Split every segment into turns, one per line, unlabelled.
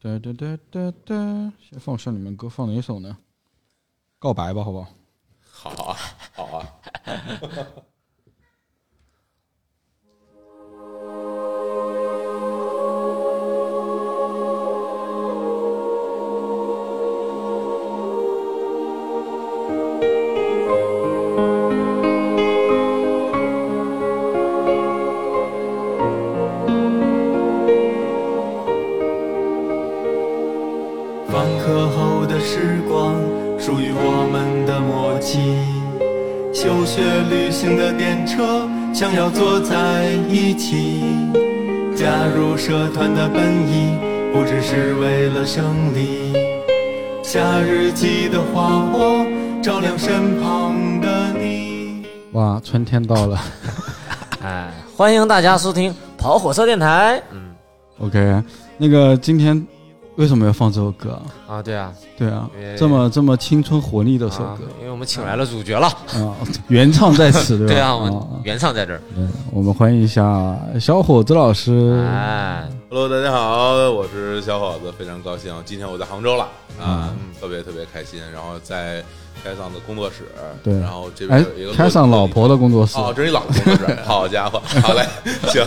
哒哒哒哒哒，先放上里面歌，放哪首呢？告白吧，好不好？
好啊，好啊。
放课后的时光属于我们的默契。休学旅行的电车想要坐在一起，加入社团的本意不只是为了胜利。夏日记的花火照亮身旁的你。
哇，春天到了
哎，欢迎大家收听跑火车电台。嗯
，OK。那个今天为什么要放这首歌啊？
啊，对啊，
对啊
因为，
这么这么青春活力的首
啊
歌，
因为我们请来了主角了。
啊，原唱在此，对吧？
对啊，我
啊
们原唱在这儿。
我们欢迎一下小伙子老师。
哎，
Hello，大家好，我是小伙子，非常高兴，今天我在杭州了啊，
嗯
特别特别开心。然后在开桑的工作室，
对
然后这边
哎
有一个，
开上老婆的工作室
哦，这是一老婆工作室，好家伙，好嘞，行，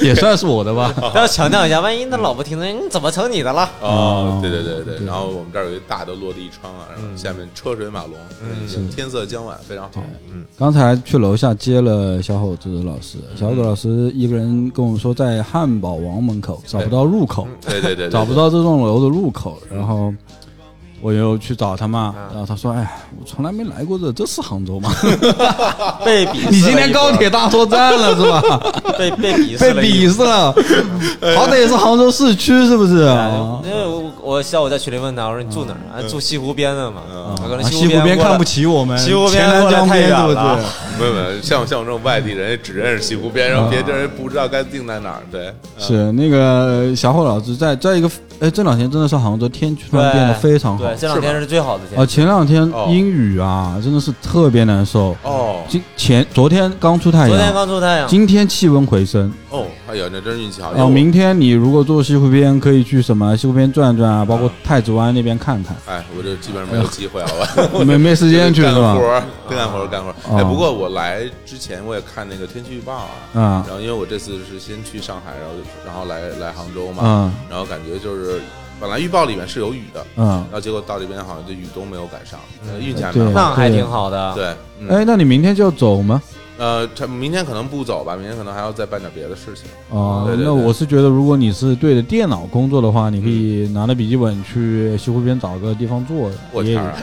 也算是我的吧。
要强调一下，万一那老婆听着，你怎么成你的了？
哦，对对对
对
对，然后我们这儿有一大的落地窗啊，然后下面车水马龙，嗯，天色将晚，非常好，嗯，
刚才去楼下接了小伙子老师，小伙子老师一个人跟我们说在汉堡王门口找不到入口，
对对对，
找不到
到，
这栋楼的入口，然后我又去找他嘛，
嗯
然后他说：“哎，我从来没来过这，这是杭州 吗？
被鄙视了
你今天高铁大作战了是 吧？
一波被被鄙视
被
了哎一
鄙视了， 好歹也是杭州市区是不是？
波。
啊
因为我我下午在群里问他，我说你住哪儿？啊，住西湖边的嘛。我可能
啊嗯西湖
边
边
过来
看不起我们，
西湖边
前
过
南
来
江
太
边
远
是不
了
是？
没有没有，像像我这种外地人只认识西湖边，然后别的人不知道该定在哪儿，对，
是那个小伙老师在在一个，哎，这两天真的是杭州天气突然变得非常好
对，这两天是最好的天
啊！。前两天
哦
阴雨啊，真的是特别难受。
哦
今前昨天刚出太
昨天
阳，
刚出太阳，
今天气温回升。
哦，啊哎呀，那真是运气好，
然后明天你如果坐西湖边，可以去什么西湖边转转啊，包括太子湾那边看看。
哎，我这基本上没有机会，好吧？
没没时间去
干
是吧
活儿，干活儿，干活儿。哎，
哦
不过我来之前我也看那个天气预报啊，
啊
然后因为我这次是先去上海，然后然后来来杭州嘛，
嗯
然后感觉就是本来预报里面是有雨的，
嗯
然，后结果到这边好像就雨都没有赶上，呃运气还
对
蛮好。
那还挺好的。
对，嗯，
哎，那你明天就要走吗？
呃，他明天可能不走吧，明天可能还要再办点别的事情。
哦
对，对
那
对
我是觉得，如果你是对着电脑工作的话，你可以拿着笔记本去西湖边找个地方坐，
我
也
天儿啊，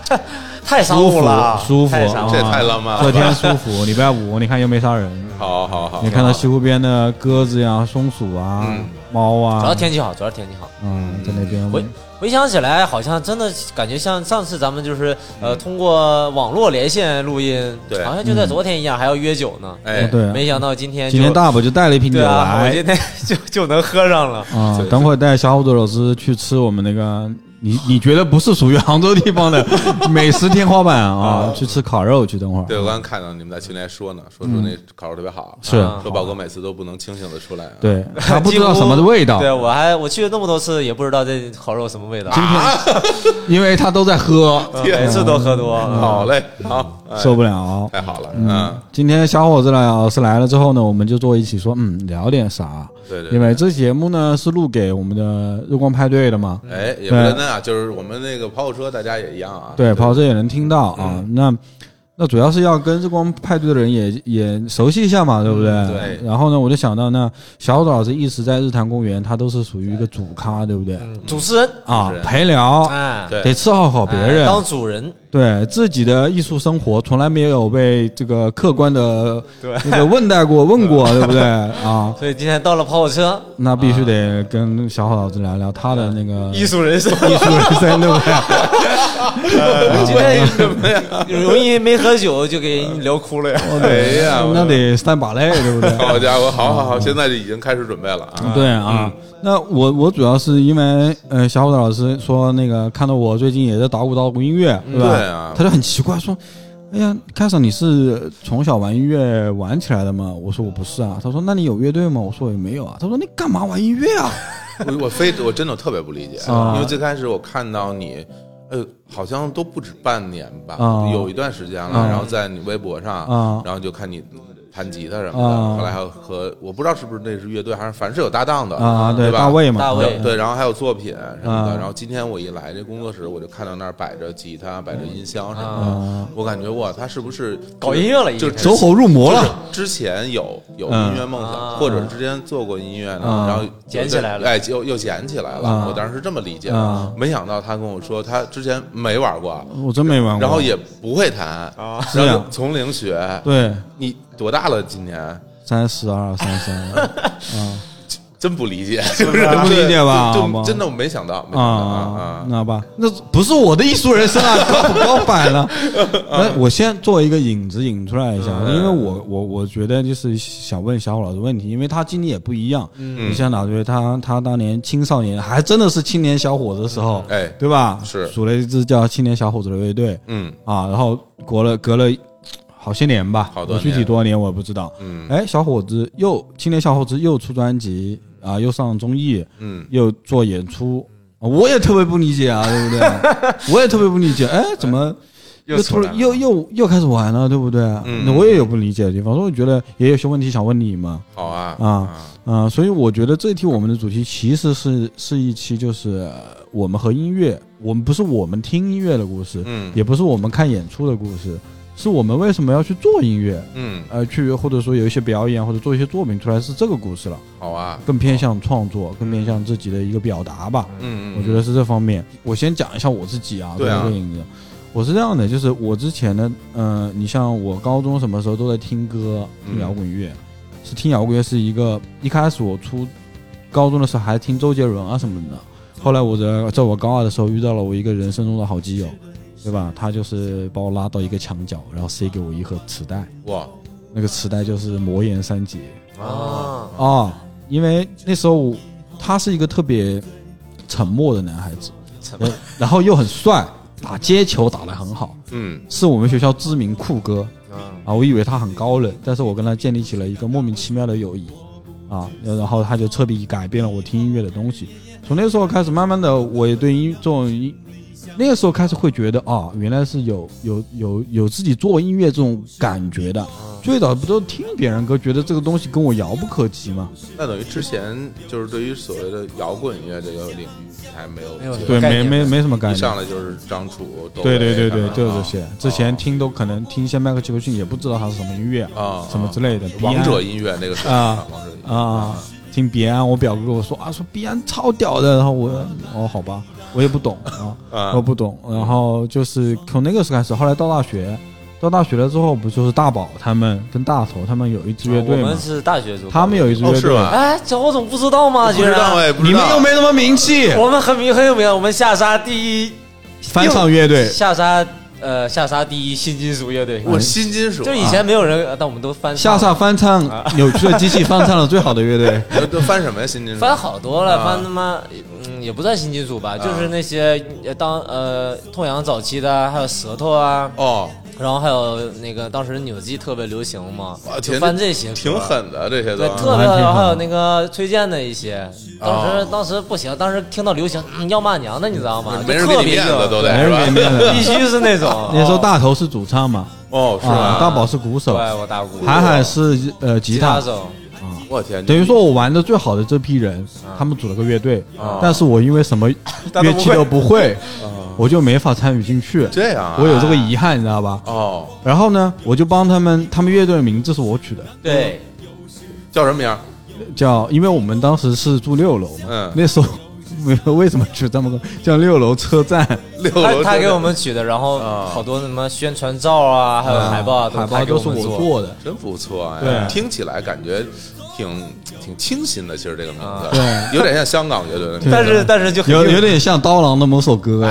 太商务了，
舒服舒服
太商务
这
了
也太浪漫
这
了。
天舒服， 礼拜五你看又没啥人，
好好好
你，看到西湖边的鸽子呀、松鼠啊
嗯、
猫啊，
主要天气好，主要天气好。
嗯，在那边
喂回想起来，好像真的感觉像上次咱们就是呃通过网络连线录音，
嗯对
好像就在昨天一样，还要约酒呢。
哎，
嗯对啊
没想到今天就
今天大伯就带了一瓶酒
对啊，我
来
今天 就就能喝上了。
啊
对，
等会儿带小伙子老师去吃我们那个你你觉得不是属于杭州地方 的美食天花板啊，去吃烤肉去，等会儿
对，我刚看到你们在群里还说呢，说说那烤肉特别
嗯
好，
是
啊说宝哥每次都不能清醒的出来啊。
对，他不知道什么的味道
对，我还我去了那么多次，也不知道这烤肉什么味道，
啊
因为他都在喝，
嗯每次都喝多。嗯
好嘞，好，哎
受不了。
太好了，嗯，
今天小伙子老师来了之后呢，我们就坐一起说，嗯，聊点啥？
对对，
因为这节目呢是录给我们的日光派对的嘛，
哎，也不能那样，就是我们那个跑火车，大家也一样啊。
对，跑 车也能听到
嗯
啊。那那主要是要跟日光派对的人也也熟悉一下嘛，对不对？
嗯对
然后呢，我就想到那小虎老师一直在日坛公园，他都是属于一个主咖，对不对？
主持人，
啊
嗯是，
陪聊。
哎，
对
得伺候好别人，
哎当主人，
对自己的艺术生活从来没有被这个客观的那个问待过、问 过，对不对啊？
所以今天到了跑火车，
那必
啊
须得跟小虎老师聊聊他的那个
艺术人生。
艺术人生，对不对？嗯
今天什么呀？ 容易没喝酒就给人聊哭了呀。
哎呀，我
那得三把泪，对不对？
好家伙，好
嗯
好好，现在就已经开始准备了啊。
对啊，那我我主要是因为呃，小伙子老师说那个看到我最近也在捣鼓捣鼓音乐，对吧？
对啊
他就很奇怪说。哎呀，开始你是从小玩音乐玩起来的吗？我说我不是啊。他说那你有乐队吗？我说我也没有啊。他说你干嘛玩音乐啊？
我我非我真的特别不理解，
啊
因为最开始我看到你，呃，好像都不止半年吧，
啊
有一段时间了，
啊
然后在你微博上，
啊
然后就看你弹吉他什么的，
啊
后来还有和我不知道是不是那是乐队，还是反正是有搭 档的
啊，
对吧？
大卫嘛，
大卫
对对，然后还有作品什么
啊
的。然后今天我一来这工作室，我就看到那儿摆着吉他，摆着音箱什么
啊
的，我感觉哇，他是不是
搞音乐了已
就
经
之
走火入魔了。
之前有有
嗯
音乐梦想，
啊
或者之前做过音乐呢，
啊
然后
捡起来了
哎，又又捡起来
啊
了。我当时是这么理解
啊
的，没想到他跟我说他之前没玩过，
我真没玩过。
然后也不会弹，
啊
是
然后
呀
就，从零学。
对，
你多大了？今年
三十二、三 三啊
真不理解，就 是
真不理解吧
就
好吧
就真的我没想到，没
啊
想到啊！
那吧，那不是我的艺术人生啊，高高反了。那我先做一个引子引出来一下，因为我我我觉得就是想问小虎老师问题，因为他经历也不一样。嗯，你像哪队？他他当年青少年还真的是青年小伙子的时候，
哎
对吧？
是
组了一支叫青年小伙子的乐队
嗯
啊，然后隔了隔了好些年吧，
好多年
具体多少年我也不知道。
嗯
哎，小伙子又青年小伙子又出专辑啊，又上综艺，
嗯，
又做演出，啊我也特别不理解啊，对不对？我也特别不理解，哎，怎么
又
又
出
突
来
然
了
又又又开始玩了，对不对？
嗯
那我也有不理解的地方，所以我觉得也有些问题想问你嘛，
好啊
啊啊、所以我觉得这一期我们的主题其实是是一期就是呃我们和音乐，我们不是我们听音乐的故事，
嗯
也不是我们看演出的故事，是我们为什么要去做音乐，
嗯，
呃，去或者说有一些表演或者做一些作品出来是这个故事了，
好啊，
更偏向创作，更偏向自己的一个表达吧。
嗯，嗯
我觉得是这方面。我先讲一下我自己啊，
对啊
这个影子。我是这样的，就是我之前呢，嗯、你像我高中什么时候都在听歌，听
嗯
摇滚乐，是听摇滚乐是一个一开始我初高中的时候还听周杰伦啊什么的，后来我在在我高二的时候遇到了我一个人生中的好基友，对吧？他就是把我拉到一个墙角，然后塞给我一盒磁带，
哇
那个磁带就是《魔岩三杰》。
啊，
哦，因为那时候我他是一个特别沉默的男孩子，
沉
呃然后又很帅，打街球打得很好，
嗯
是我们学校知名酷哥
嗯
啊。我以为他很高冷，但是我跟他建立起了一个莫名其妙的友谊啊。然后他就彻底改变了我听音乐的东西。从那时候开始，慢慢的我也对音这种音。那个时候开始会觉得啊，原来是有有有有自己做音乐这种感觉的。
嗯
最早不都听别人歌，觉得这个东西跟我遥不可及吗？
那等于之前就是对于所谓的摇滚乐这个领域还没有
没有
接触
对，
概
没
念
没没什么概
一上
念。
来就是张楚，窦
对
唯
对对对，
啊
就这些。之前听都可能听一些迈克尔杰克逊，也不知道他是什么音乐
啊
什么之类的。
王者
Beyond
音乐那个时候
啊
王者音乐
啊，听别安，我表哥跟我说啊，说别安超屌的，然后我哦好吧，我也不懂啊
啊，
我不懂。然后就是从那个时候开始，后来到大学，到大学了之后，不就是大宝他们跟大头他们有一支乐
我
队
啊
吗
们？是大学组，
他们有一支
哦
乐
是
队，
吗
哎，这我怎么不知道吗？
不
居
知道
然
哎，不知
你
道
们又没什么名气，
我们很名很有名，我们下沙第一
翻唱乐队
下沙呃下沙第一新金属乐队，
我新金属啊，
就以前没有人，呃但我们都翻
下
沙
上翻唱
啊
扭曲的机器翻唱了最好的乐 队。
都都翻什么呀？新金属
翻好多了，
啊
翻他妈嗯也不算新金属吧，就是那些呃当呃痛痒早期的，还有舌头啊，
哦，
然后还有那个当时扭机特别流行嘛就
哇，啊挺
翻这些歌啊
挺狠的这些
对，
都啊
特别
还挺
有，
好
还有那个崔健的一些，当时、
哦
当时不行，当时听到流行、嗯要骂娘的，你知道吗？
没人
就
给
特
你
别
面
硬
子都
没
得
人
是
给面
吧？
子。
必须是那种
那时候大头是主唱嘛，
哦，是
啊
吧？，
大宝是鼓手，
对我大姑，
韩寒是呃吉
吉
他
他，手，
我天，
等于说我玩的最好的这批人，他们组了个乐队
啊，
但是我因为什么乐器都不会，我就没法参与进去，
这样啊
我有这个遗憾，你知道吧？
哦，
然后呢，我就帮他们，他们乐队的名字是我取的，
对，
叫什么名儿？
叫，因为我们当时是住六楼嘛，
嗯
那时候为什么取这么个叫六楼车站？
六楼
他他给
车
我们取的，然后
啊
好多什么宣传照啊，还有海报啊，
海
他
报
给
都
我
是
们
我
做。
做 的，
真不错哎，
对
听起来感觉挺挺清新的。其实这个名字，
对，
有点像香港乐队的名字。
但是但是就很
有
硬
有点像刀郎的某首歌，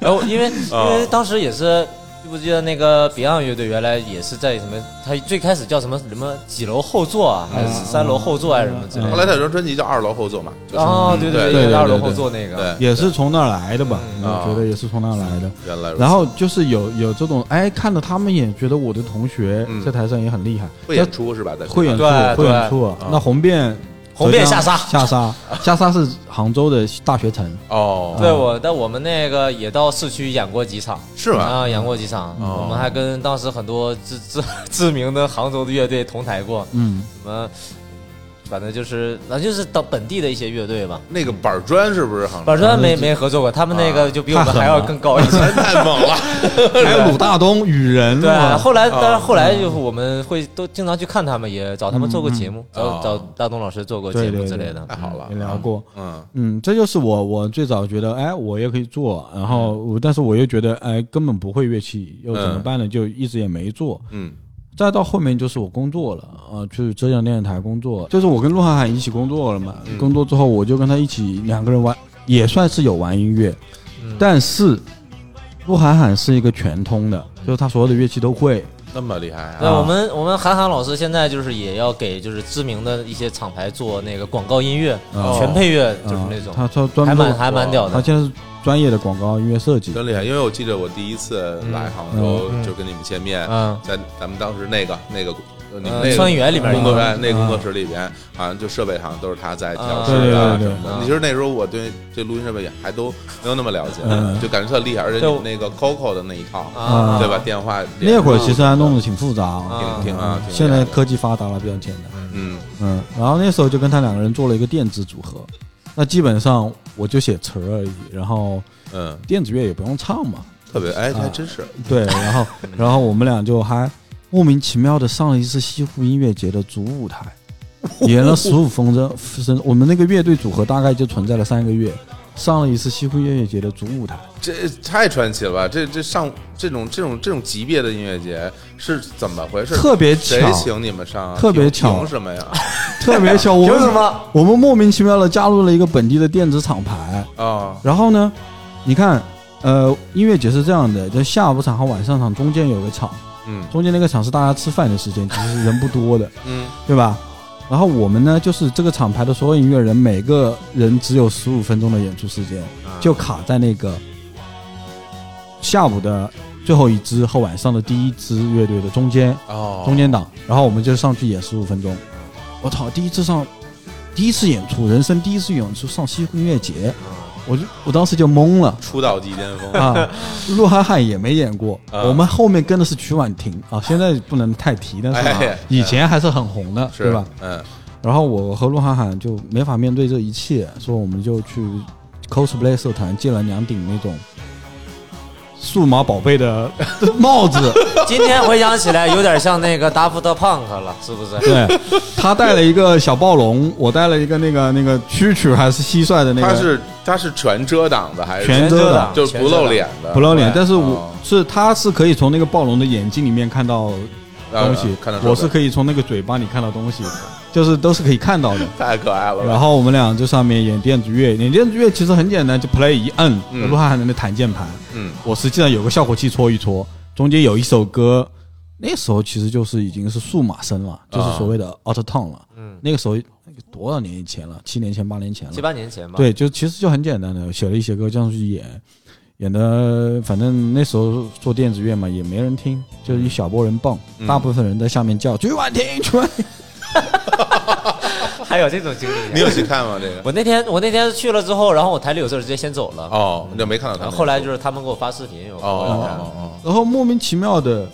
然后因为
啊
因为当时也是，记不记得那个 Beyond 乐队原来也是在什么，他最开始叫什么什么几楼后座啊，还是三楼后座啊什么之类
后
的。
来他有张专辑叫《二楼后座》嘛，就是
哦，对
对
对
对，
对
二
对
楼
对
后座那个，
对，
也是从那儿来的吧？
啊
我觉得也是从那儿来的。
原来如此
然后就是有有这种，哎，看到他们也觉得我的同学
嗯
在台上也很厉害，
会演出是吧？在
会演出，
对
会演出
对
啊。那红遍
红遍下沙
下 沙，下沙是杭州的大学城。
哦，
对我，但我们那个也到市区演过几场，
是吧
啊，演过几场，
哦
我们还跟当时很多知知 知名的杭州的乐队同台过，
嗯，
什么，反正就是，反正就是到本地的一些乐队吧。
那个板砖是不是杭州？
板砖没没合作过，他们那
啊
个就比我们还要更高一 些。
太猛了，
还有鲁大东、雨人，
对，啊
哇
后来
哦
但是后来就是我们会都经常去看他们，也找他们做过节目，
哦
找找大东老师做过
对
节目
对
之
对
类的。
太好了，
也聊过。
嗯，
嗯，这就是我我最早觉得，哎，我也可以做，然后
嗯
我但是我又觉得，哎，根本不会乐器，又怎么办呢？就一直也没做。
嗯
再到后面就是我工作了啊，去浙江电视台工作，就是我跟陆瀚海一起工作了嘛。
嗯
工作之后，我就跟他一起两个人玩，也算是有玩音乐，
嗯
但是陆瀚海是一个全通的，就是他所有的乐器都会。
那么厉害啊！
对，我们我们韩寒老师现在就是也要给就是知名的一些厂牌做那个广告音乐，
哦
全配乐
啊
嗯就是那种，
他他
还
专
蛮
门，
还蛮屌
他
的。
现在是专业的广告音乐设计。
真厉害，因为我记得我第一次来杭州
嗯嗯
就跟你们见面，
嗯，
在咱们当时那个那个呃你们
呃
嗯
那个
川园里面
工作
啊
室那工作室里边，好像就设备好像都是他在调
啊
试啊
对对对
什么的
对。
其实那时候我对这录音设备也还都没有那么了解
嗯，
就感觉特厉害，而且
对
你们那个 Coco 的那一套，
啊，
对吧？？电话嗯
那会儿其实还弄得挺复杂
啊
啊
挺挺啊，挺
现在
厉害的
科技发达了，比较简单。
嗯
嗯，然后那时候就跟他两个人做了一个电子组合，那基本上我就写词儿而已，然后
嗯，
电子乐也不用唱嘛，
特别哎，
啊
还真是
对，然 后然后我们俩就还莫名其妙的上了一次西湖音乐节的主舞台，演了十五分钟，分我们那个乐队组合大概就存在了三个月，上了一次西湖音乐节的主舞台，
这太传奇了吧！这这上这种这种这种级别的音乐节是怎么回事？
特别
谁
巧，
请你们上啊？
特别
凭
巧
凭什么呀？
特别巧，我
凭
们
什么？
我们莫名其妙的加入了一个本地的电子厂牌，
啊，
然后呢，你看，呃，音乐节是这样的，就下午场和晚上场中间有个场，
嗯
中间那个场是大家吃饭的时间，其实人不多的，
嗯
对吧？然后我们呢，就是这个厂牌的所有音乐人，每个人只有十五分钟的演出时间，
啊
就卡在那个下午的最后一支和晚上的第一支乐队的中间
哦，
中间档，然后我们就上去演十五分钟。我操，第一次上，第一次演出，人生第一次演出上西湖音乐节，
啊
我就我当时就懵 了。
出道即巅峰
啊，鹿晗汉也没演过，
啊
我们后面跟的是曲婉婷啊，现在不能太提，但是、
哎
以前还是很红的，
是
对吧？？
嗯
然后我和鹿晗汉就没法面对这一切，所以我们就去 cosplay 社团借了两顶那种数码宝贝的帽 子，
今天回想起来有点像那个 Daft Punk 了，是不是？
对他戴了一个小暴龙，我戴了一个那个那个蛐蛐还是蟋蟀的那个，
他是他是全遮挡的还是
全遮挡
就是不露脸的，
不露脸，但是我、
哦
是他是可以从那个暴龙的眼睛里面看到东西
啊，看到手
我是
表
可以从那个嘴巴里看到东西，就是都是可以看到的。
太可爱了吧，
然后我们俩就上面演电子乐，演电子乐其实很简单，就 play 一摁，
嗯
鹿晗还能弹键盘。
嗯
我实际上有个效果器搓一搓，中间有一首歌，那时候其实就是已经是数码声了，
啊
就是所谓的 auto tone 了。
嗯，
那个时候那个多少年以前了？七年前、八年前了
嗯
七。八年前吧。，
对，就其实就很简单的，写了一些歌这样去演，演的反正那时候做电子乐嘛，也没人听，就是一小波人蹦，
嗯
大部分人在下面叫曲婉婷，曲婉婷。
还有这种经历啊。
你有去看吗？这个
我那天我那天去了之后，然后我台里有事儿直接先走了。
哦，你就没看到他
然
们
后后来就是他们给我发视频，我
哦
给我聊
哦
天
哦哦，
然后莫名其妙的，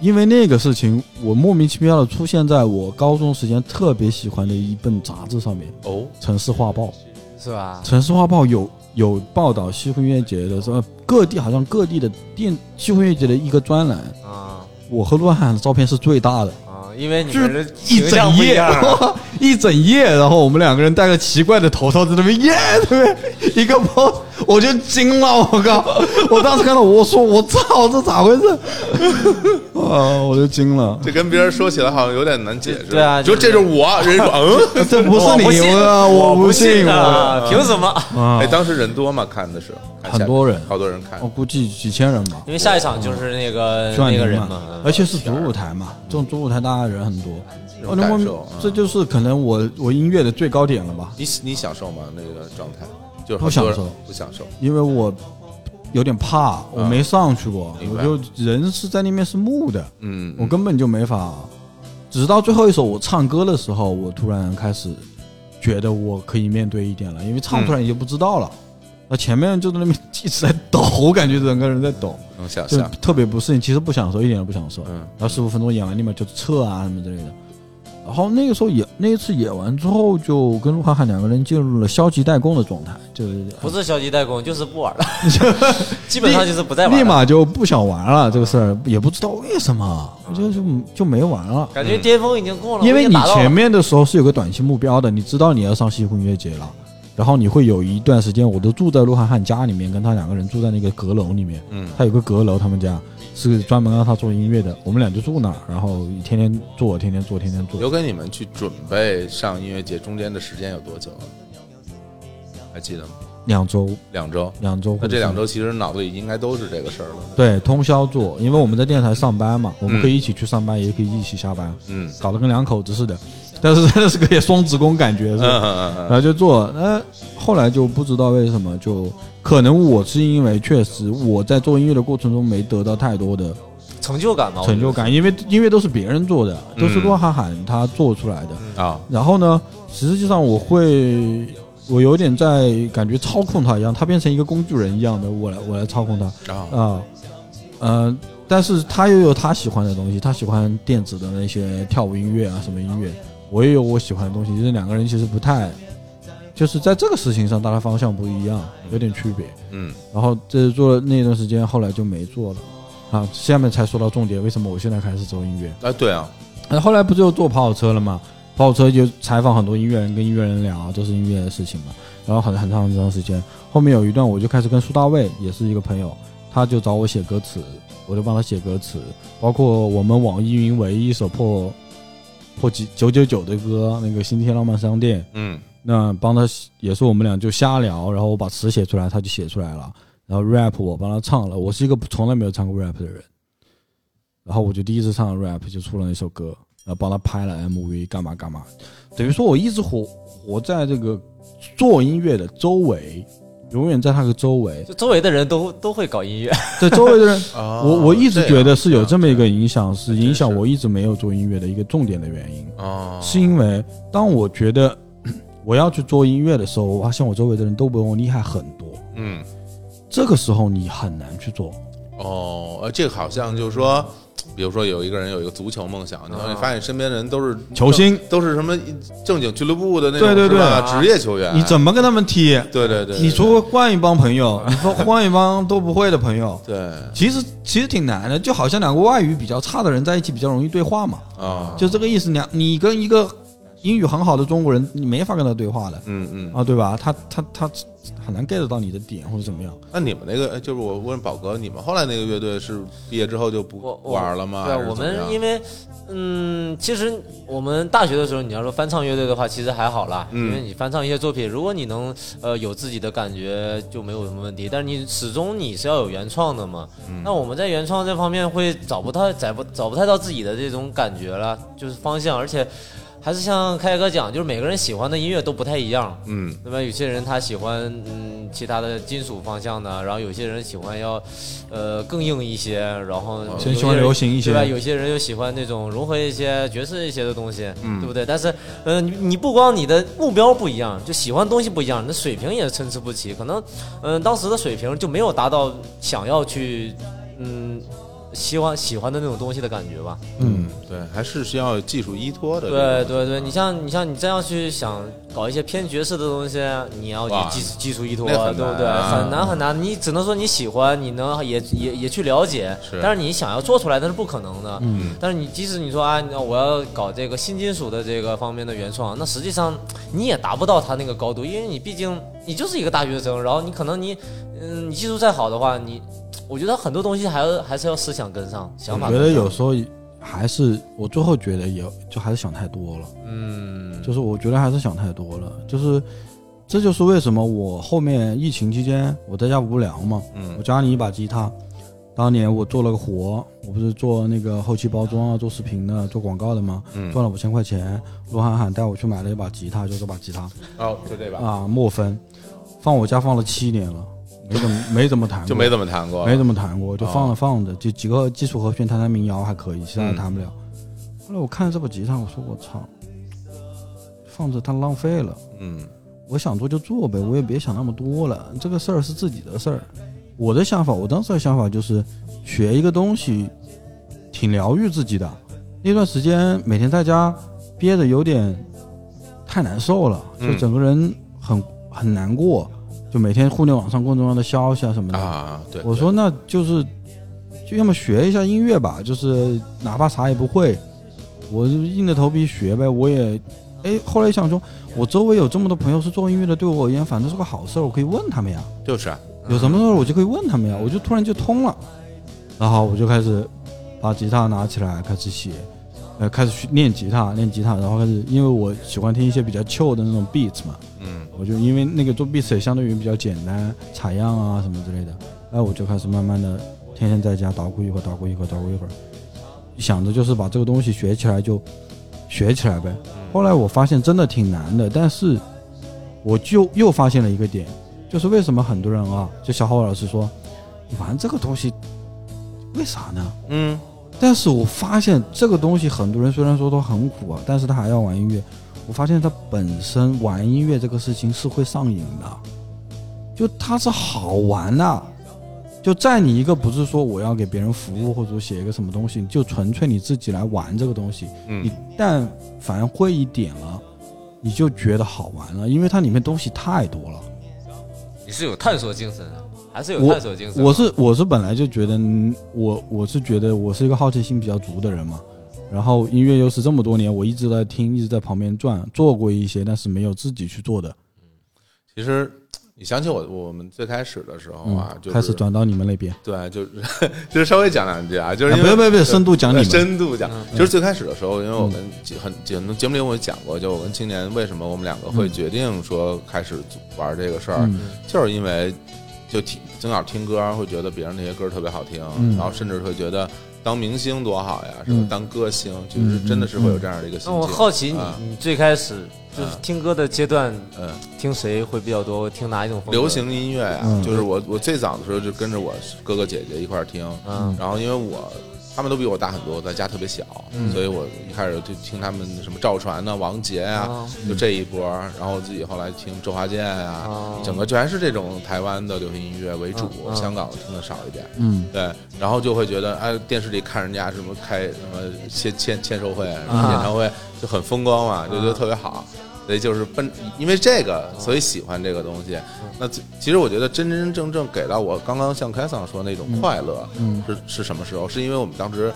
因为那个事情，我莫名其妙的出现在我高中时间特别喜欢的一本杂志上面，
哦
《城市画报》。
是吧？
《城市画报有》有报道西湖音乐节的时候，各地好像各地的电西湖音乐节的一个专栏，
啊
我和鹿晗的照片是最大的。
啊，因为你
就
们的
是一
形象
整
不
夜
样啊，
一整夜，然后我们两个人戴着奇怪的头套在那边耶， 对不对？一个包，我就惊了，我靠！我当时看到我说我操，这咋回事？ 啊，我就惊 了，
这跟别人说起来好像有点难解释，
对啊
就这就是我，人家说 嗯。
这不是
我不
你，
信
我我
不
信，我
啊，凭什么？
啊
哎，，当时人多吗？看的是
很
看下面
多人哦
好多人看
我。估计几千人吧
因，为下一场就是那个
几万
那个人
人
嘛，嗯
而且是主舞台嘛，这种主舞台大家人很多，
种
我
感
能
受嗯
这就是可能我我音乐的最高点了吧，
你你享受吗？那个状态就是
不
很多人
享受
不享受。
因为我有点怕，我没上去过，
明
我
白
就人是在那边是木的，
嗯，
我根本就没法直到最后一首我唱歌的时候，我突然开始觉得我可以面对一点了，因为唱突然也不知道了。
嗯
那前面就在那边一直在抖，我感觉整个人在抖，
能想
就
象，
特别不适应。其实不享受，一点都不享受。
啊嗯
然后十五分钟演完，立马就撤啊什么之类的。然后那个时候演那一次演完之后，就跟鹿晗晗两个人进入了消极怠工的状态，就是
不是消极怠工，就是不玩了， 基本上就是不再玩了。
立马就不想玩了。这个事儿也不知道为什么，就就就没玩了。
感觉
嗯
巅峰已经过了，
因
我已
为
经
你
达到了
前面的时候是有个短期目标的，你知道你要上西湖音乐节了，然后你会有一段时间，我都住在鹿晗晗家里面，跟他两个人住在那个阁楼里面。
嗯
他有个阁楼，他们家是专门让他做音乐的，我们俩就住那儿，然后天天做，天天做，天天做。
留给你们去准备上音乐节中间的时间有多久啊？还记得吗？
两周，
两周。
两周。
那这两周其实脑子里应该都是这个事儿了。
对通宵做，因为我们在电台上班嘛，我们
嗯
可以一起去上班，也可以一起下班，
嗯
搞得跟两口子似的。但是 真的是个也双职工感觉，是
嗯
吧？
嗯嗯
然
嗯，
后就做。那后来就不知道为什么，就可能我是因为确实我在做音乐的过程中没得到太多的
成就感嘛，我觉得
成就。感，因为音乐都是别人做的，
嗯
都是骆哈喊他做出来的。
啊，
然后呢，实际上我会，我有点在感觉操控他一样，他变成一个工具人一样的，我来我来操控他
然后
啊，呃。但是他又有他喜欢的东西，他喜欢电子的那些跳舞音乐啊，什么音乐，我也有我喜欢的东西，就是两个人其实不太，就是在这个事情上大家方向不一样，有点区别。
嗯
然后这做了那段时间，后来就没做了。啊，下面才说到重点，为什么我现在开始做音乐？
啊，对啊，
那呃后来不就做跑火车了嘛？跑火车就采访很多音乐人，跟音乐人聊都是音乐的事情嘛。然后很很长很长时间，后面有一段我就开始跟苏大卫，也是一个朋友，他就找我写歌词，我就帮他写歌词，包括我们网易云唯一一首破破几九九九的歌，那个《新天浪漫商店》，
嗯
那帮他写也是我们俩就瞎聊，然后我把词写出来，他就写出来了，然后 rap 我帮他唱了。我是一个从来没有唱过 rap 的人，然后我就第一次唱了 rap 就出了那首歌，然后帮他拍了 MV，干嘛干嘛，等于说我一直活活在这个做音乐的周围，永远在他的周围，
就周围的人都都会搞音乐，
在周围的人，
啊
我我一直觉得是有这么一个
影
影响，是
真
影响
是
我一直没有做音乐的一个重点的原因。
啊，
是因为当我觉得 我要去做音乐的时候，我发现我周围的人都比我厉害很多。
嗯
这个时候你很难去做，
哦，呃，这个好像就是说，比如说有一个人有一个足球梦想，然后你发现身边的人都是
球星，
都是什么正经俱乐部的那种，
对对
是
对
吧职业球员，
你怎么跟他们踢？
对对哎对，
你除了换一帮朋友，你说换一帮都不会的朋友，
对
其实其实挺难的。就好像两个外语比较差的人在一起比较容易对话嘛，
啊，
就这个意思。两你跟一个英语很好的中国人，你没法跟他对话的
嗯嗯，
啊，对吧？他他他很难 get 到你的点或者怎么样。
那你们那个哎就是我问宝哥，你们后来那个乐队是毕业之后就不
我
不
我
玩了吗？
对啊
还，是
我
怎么样
们因为，嗯，其实我们大学的时候，你要说翻唱乐队的话，其实还好啦，
嗯
因为你翻唱一些作品，如果你能呃有自己的感觉，就没有什么问题。但是你始终你是要有原创的嘛，
嗯
那我们在原创这方面会找不太找不找不太到自己的这种感觉了，就是方向，而且还是像开哥讲，就是每个人喜欢的音乐都不太一样，
嗯
对吧？有些人他喜欢嗯其他的金属方向的，然后有些人喜欢要呃更硬一些，然后
哦
有些
喜欢
人
流行一些
对吧？有些人又喜欢那种融合一些爵士一些的东西，
嗯
对不对？但是呃你你不光你的目标不一样，就喜欢的东西不一样，你的水平也参差不齐，可能嗯、当时的水平就没有达到想要去嗯。希望喜欢的那种东西的感觉吧，
嗯，对，还是需要有技术依托的。
对
这个
对
嗯
对，你像你像你这样去想搞一些偏角色的东西，你要
哇
有技技术依托，
那很难
对不对？
啊
很难很难，你只能说你喜欢，你能也也也去了解
是，
但是你想要做出来那是不可能的。
嗯
但是你即使你说啊，那我要搞这个新金属的这个方面的原创，那实际上你也达不到他那个高度，因为你毕竟你就是一个大学生，然后你可能你嗯，你技术再好的话，你我觉得很多东西还要还是要思想跟上，想
我
法
觉
跟
得
上
有时候还是我最后觉得也就还是想太多了。
嗯，
就是我觉得还是想太多了，就是这就是为什么我后面疫情期间我在家无聊嘛，我
嗯
家里一把吉他，当年我做了个活，我不是做那个后期包装啊，做视频的，做广告的嘛，
嗯
赚了五千块钱，罗涵涵带我去买了一把吉他，就这把吉他
哦，就这把
啊，莫芬，放我家放了七年了，没怎么没怎么弹过，
就没怎么弹过，
没怎么弹过，就放着放着，就几个基础和弦弹弹民谣还可以，其他
哦嗯
的弹不了。后来我看这把吉他，我说我操，放着它浪费了。
嗯
我想做就做呗，我也别想那么多了。这个事儿是自己的事儿。我的想法，我当时的想法就是学一个东西，挺疗愈自己的。那段时间每天在家憋着有点太难受了，就
嗯
整个人很很难过，就每天互联网上各种各样的消息啊什么的。
啊，对，
我说那就是，就要么学一下音乐吧，就是哪怕啥也不会，我就硬着头皮学呗。我也，哎，后来想说，我周围有这么多朋友是做音乐的，对我而言反正是个好事儿，我可以问他们呀，
对就是啊，
有什么事儿我就可以问他们呀，我就突然就通了。然后我就开始把吉他拿起来，开始写，呃，开始去练吉他，练吉他，然后开始，因为我喜欢听一些比较 chill 的那种 beats 嘛，
嗯
我就因为那个做 beats 也相对于比较简单，采样啊什么之类的，哎，我就开始慢慢的天天在家捣鼓一会儿，捣鼓一会儿，捣鼓一会儿，想着就是把这个东西学起来就学起来呗。
嗯
后来我发现真的挺难的，但是我就又发现了一个点，就是为什么很多人啊，就小侯老师说，你玩这个东西为啥呢？
嗯
但是我发现这个东西，很多人虽然说都很苦啊，但是他还要玩音乐。我发现他本身玩音乐这个事情是会上瘾的，就它是好玩呐、就在你一个不是说我要给别人服务或者说写一个什么东西，就纯粹你自己来玩这个东西，你
嗯，
但凡会一点了，你就觉得好玩了，因为它里面东西太多了。
你是有探索精神啊，还是有
我
探索精神啊？
我是我是本来就觉得，嗯我我是觉得我是一个好奇心比较足的人嘛。然后音乐又是这么多年，我一直在听，一直在旁边转，做过一些，但是没有自己去做的。
其实你想起我我们最开始的时候啊，
嗯，
就是
开始转到你们那边，
对，就是就是稍微讲两句啊，就是
啊
因
不
为
要不要不要，深度讲你
对
们。嗯
深度讲，就是最开始的时候，因为我跟很很多节目里我也讲过，就我跟青年为什么我们两个会决定说开始玩这个事儿，
嗯
就是因为就听从小听歌，会觉得别人那些歌特别好听，
嗯
然后甚至会觉得当明星多好呀，什么
嗯
当歌星，
嗯
就是真的是会有这样的一个心
那
情。
我好奇你
啊，
你最开始就是听歌的阶段，
嗯，
听谁会比较多？听哪一种风格？
流。行音乐呀、
嗯
就是我我最早的时候就跟着我哥哥姐姐一块儿听，
嗯
然后因为我他们都比我大很多，我在家特别小，
嗯
所以我一开始就听他们什么赵传呐、王杰呀、
哦
就这一波，然后我自己后来听周华健啊，
哦
整个全是这种台湾的流行音乐为主，
嗯嗯
香港我听的少一点。
嗯
对，然后就会觉得，哎，电视里看人家什么开什么签签签售会、什么演唱会，就很风光嘛，就觉得特别好。所以就是奔，因为这个，所以喜欢这个东西。那其其实我觉得真真正正给到我刚刚像凯桑说那种快乐，
嗯
是是什么时候？是因为我们当时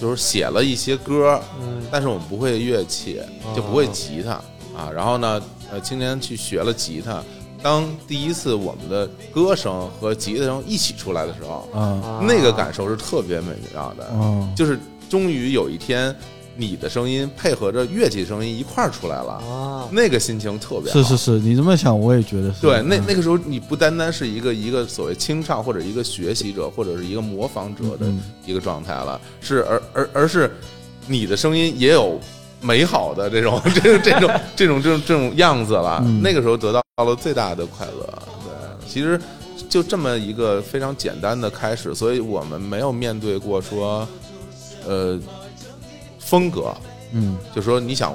就是写了一些歌，
嗯
但是我们不会乐器，就不会吉他啊。然后呢，呃，今年去学了吉他。当第一次我们的歌声和吉他声一起出来的时候，
啊
那个感受是特别美妙的，
啊
就是终于有一天，你的声音配合着乐器声音一块儿出来了，
啊，
那个心情特别好。
是是是，你这么想我也觉得是。
对，那那个时候你不单单是一个一个所谓清唱或者一个学习者或者是一个模仿者的
嗯
一个状态了，是而而而是你的声音也有美好的这种 这种这种这种这种这种样子了。
嗯
那个时候得到了最大的快乐。对，其实就这么一个非常简单的开始，所以我们没有面对过说，呃，风格，
嗯
就说你想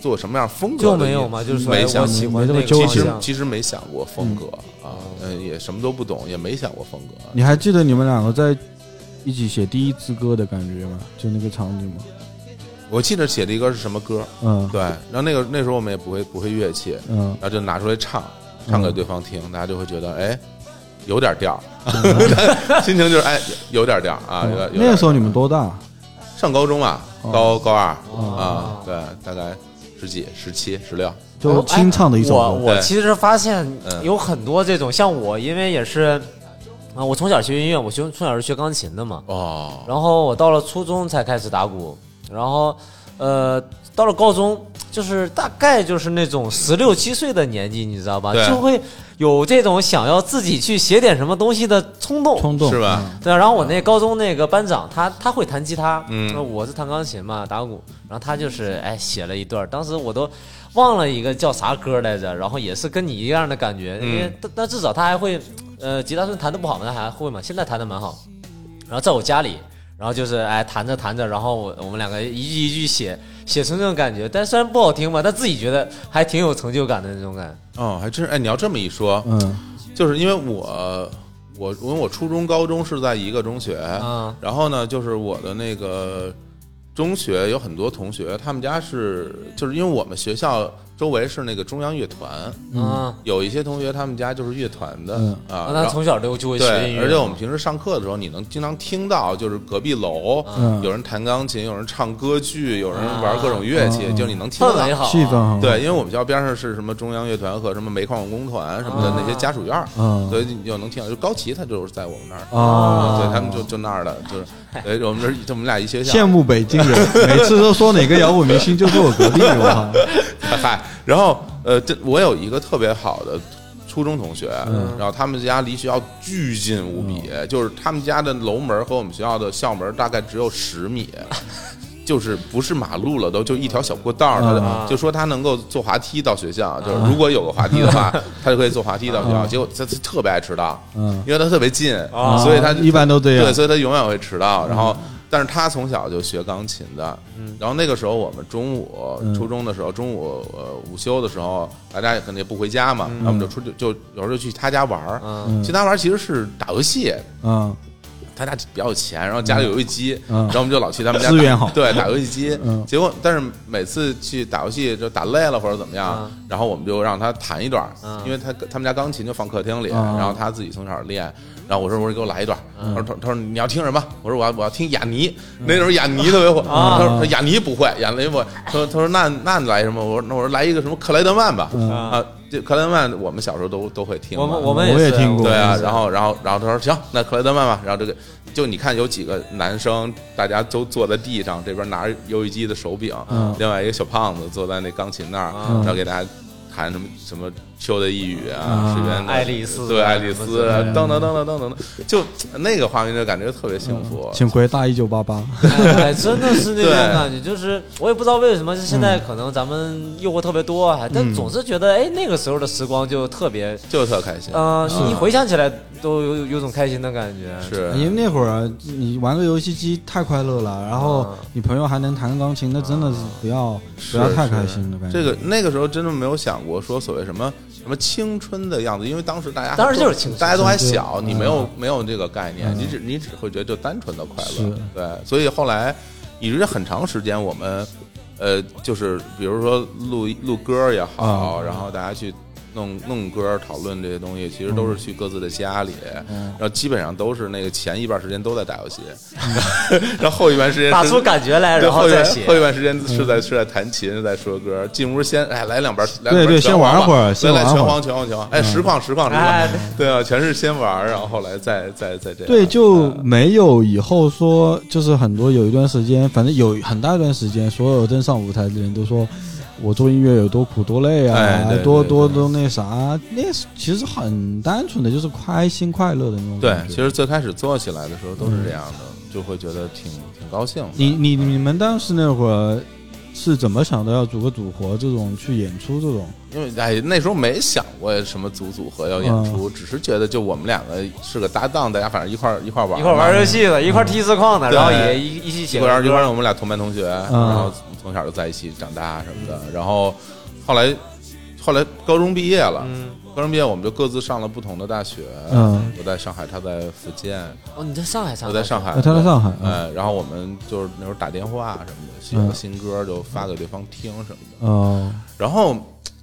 做什么样风格
啊就
的
没
音
有
乐
嘛，就是说
没
哎
想
我
过
喜欢
没这
那
么
个
纠
方
结
其实
向。
其实没想过风格啊，嗯，也什么都不懂，也没想过风格。
你还记得你们两个在一起写第一支歌的感觉吗？就那个场景吗？
我记得写的一歌是什么歌？
嗯
对，然后那个那时候我们也不会不会乐器，
嗯
然后就拿出来唱，唱给对方听，大家就会觉得哎，有点调儿， 心情就是哎有点调儿啊。有点
哦
有点
那个时候你们多大？
上高中嘛，
哦
高高二啊
哦，
对，大概十几、十七、十六，
就清唱的一首
我
歌。
我
对
其实发现
嗯
有很多这种，像我，因为也是啊，我从小学音乐，我学从小是学钢琴的嘛，
哦，
然后我到了初中才开始打鼓，然后呃，到了高中就是大概就是那种十六七岁的年纪，你知道吧？
对
就会有这种想要自己去写点什么东西的冲动。
冲动
哦
嗯
是吧？
对，啊然后我那高中那个班长，他他会弹吉他，
嗯
那我是弹钢琴嘛，打鼓，然后他就是哎写了一段儿，当时我都忘了一个叫啥歌来着，然后也是跟你一样的感觉，因
嗯
为但但至少他还会，呃，吉他虽然弹的不好嘛，他还会嘛，现在弹的蛮好，然后在我家里。然后就是哎弹着弹着，然后我我们两个一句一句写，写成那种感觉。但虽然不好听吧，但自己觉得还挺有成就感的那种感。
哦，还真是哎，你要这么一说，
嗯
就是因为我我因为我初中高中是在一个中学，
嗯
然后呢，就是我的那个中学有很多同学，他们家是就是因为我们学校周围是那个中央乐团，
嗯，啊
有一些同学他们家就是乐团的、
嗯
啊，
哦那
然
他
后
从小就就会学音
对，
乐，
而且我们平时上课的时候，你能经常听到就是隔壁楼。
嗯，
有人弹钢琴，有人唱歌剧，有人玩各种乐器，
啊
就是你能听
嗯氛
到
围好啊，
气氛好，
对，因为我们学校边上是什么中央乐团和什么煤矿文工团什么的
啊
那些家属院儿，
嗯
所以你就能听到，就高旗他就是在我们那儿，
哦
啊，
对他们就就那儿的，就是，对我们这儿就我们俩一学校，
羡慕北京人， 每次都说哪个摇滚明星就坐我隔壁，我
嗨，然后呃，这我有一个特别好的初中同学，
嗯
然后他们家离学校巨近无比，
哦
就是他们家的楼门和我们学校的校门大概只有十米。 就是不是马路了，都就一条小过道儿，
嗯
他
啊
就就说他能够坐滑梯到学校，就是如果有个滑梯的 话，他就可以坐滑梯到学校。结果他他特别爱迟到，
嗯
因为他特别近，
靠，
所以他
啊一般都这
对，
样，
所以他永远会迟到。然后，但是他从小就学钢琴的。然后那个时候我们中午
嗯
初中的时候，中午呃午休的时候，大家也可能也不回家嘛，然后我们就出去，就有时候去他家玩儿。
嗯
嗯
去他玩儿其实是打游戏，
嗯
他家比较有钱，然后家里有游戏机，
嗯
然后我们就老去他们家
资
打
源好
对，打游戏机。
嗯
结果，但是每次去打游戏就打累了或者怎么样
嗯，
然后我们就让他弹一段儿
嗯，
因为他他们家钢琴就放客厅里，
嗯
然后他自己从小练。然后我说我说给我来一段儿，
嗯
他说他他说你要听什么？我说我要我要听雅尼，那时候雅尼特别火。
啊
他说他雅尼不会，雅尼不会。他说他说那那你来什么？我说那我说来一个什么克莱德曼吧。
嗯
啊，这克莱德曼我们小时候都都会听嘛。
我们我们
我也
是
听过
对啊，
是
然后然后然后他说行，那克莱德曼吧。然后这个就你看有几个男生，大家都坐在地上，这边拿着游戏机的手柄，
嗯
另外一个小胖子坐在那钢琴那儿，
嗯
然后给大家弹什么什么秋的一语啊，
啊
随便的
爱丽丝
对爱丽丝啊
什么，之类的
噔噔噔噔噔噔噔，就那个画面就感觉特别幸福。
请回大一九八八，
哎，真的是那种
对
感觉，就是我也不知道为什么，就
嗯
现在可能咱们诱惑特别多啊，但总是觉得哎，那个时候的时光就特别，
就特开心，
嗯、你回想起来都有有种开心的感觉。
是
因为那会儿啊你玩个游戏机太快乐了，然
啊
后你朋友还能弹钢琴，那真的是不要不要太开心了，感觉
这个那个时候真的没有想过说所谓什么什么青春的样子，因为当时大家
当时就是青春
大家都还
青春
小，
嗯
你没有没有这个概念，你只你只会觉得就单纯的快乐
是，
对，所以后来以至于很长时间我们呃就是比如说录录歌也好，
啊
然后大家去。弄弄歌讨论这些东西，其实都是去各自的家里，
嗯
然后基本上都是那个前一半时间都在打游戏， 然后后一半时间
打
是
出感觉来，
对，
然
后
后
一
再
段
写
后。一段时间是在是在弹琴，在说歌。进屋先哎来两盘，来
对对先玩会儿先
先来
玩会
拳
儿嗯
皇拳皇拳皇，哎实况实况实
哎
况， 对啊，全是先玩，然后后来再再再这样。
对，就
啊
没有以后说，就是很多有一段时间，反正有很大一段时间，所有登上舞台的人都说，我做音乐有多苦多累啊，
哎对对
多
对
多多那啥，那是其实很单纯的，就是开心快乐的那种
对
感，觉
其实最开始做起来的时候都是这样的，就会觉得挺挺高兴的。
你你你们当时那会儿是怎么想的要组个组合这种去演出这种？
因为哎那时候没想过什么组组合要演出，
嗯
只是觉得就我们两个是个搭档，大家反正一块儿一块儿玩嘛，
一块儿玩游戏的，一块儿踢实况的，
对
然后也一一起
一
写
块
个
儿一块儿，
歌。
我们俩同班同学，
嗯
然后从小就在一起长大什么的。然后后来后来高中毕业了，
嗯，
高中毕业我们就各自上了不同的大学。
嗯，
我在上海，他在福建，
哦，你在上海唱？
我在上海，
那哦他在上海
对哎，然后我们就是那时候打电话什么的，写
嗯
个新歌就发给对方听什么的。
哦，
然后，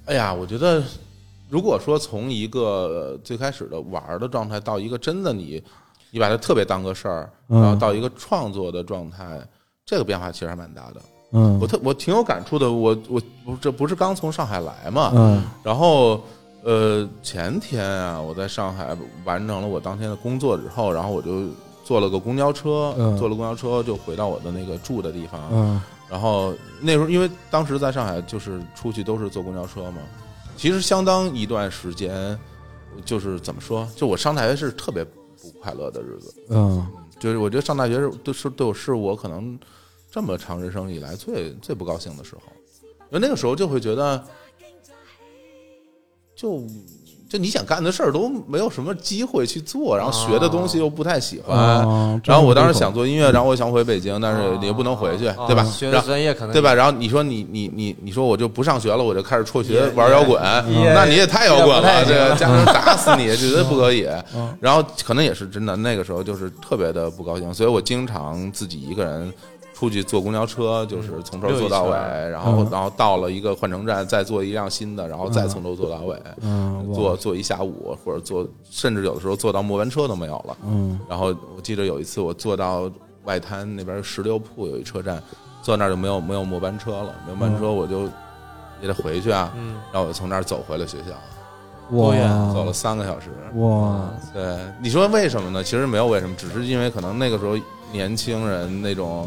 哎呀，我觉得，如果说从一个最开始的玩儿的状态到一个真的你，你把它特别当个事儿，
嗯
然后到一个创作的状态，这个变化其实还蛮大的。
嗯
我特我挺有感触的，我我不这不是刚从上海来嘛，
嗯
然后。呃，前天啊，我在上海完成了我当天的工作之后，然后我就坐了个公交车，
嗯
坐了公交车就回到我的那个住的地方，
嗯
然后那时候因为当时在上海就是出去都是坐公交车嘛，其实相当一段时间，就是怎么说，就我上大学是特别不快乐的日子，
嗯
就是我觉得上大学是对是对我是我可能这么长人生以来最最不高兴的时候，因为那个时候就会觉得，就就你想干的事儿都没有什么机会去做，然后学的东西
啊
又不太喜欢。
哦
啊然后我当时想做音乐，然后我想回北京，但是你又不能回去，
啊
对吧？
学的
然后
专业可能
对吧？然后你说你你你你说我就不上学了，我就开始辍学
也
玩摇滚
也，
那你也太摇滚
也不太
了，
行嗯
这 个家人打死你，绝对不可以。然后可能也是真的，那个时候就是特别的不高兴，所以我经常自己一个人。出去坐公交车，就是从头坐到尾
嗯溜一，
然后
嗯
然后到了一个换乘站，再坐一辆新的，然后再从头坐到尾，
嗯，我
坐坐一下午，或者坐，甚至有的时候坐到末班车都没有了。
嗯
然后我记得有一次我坐到外滩那边石榴铺有一车站，坐那儿就没有没有末班车了，没有末班车我就也得回去啊，
嗯，
然后我就从那儿走回了学校，
哇
多
哦
远
走了三个小时。
哇，
对，你说为什么呢？其实没有为什么，只是因为可能那个时候年轻人那种。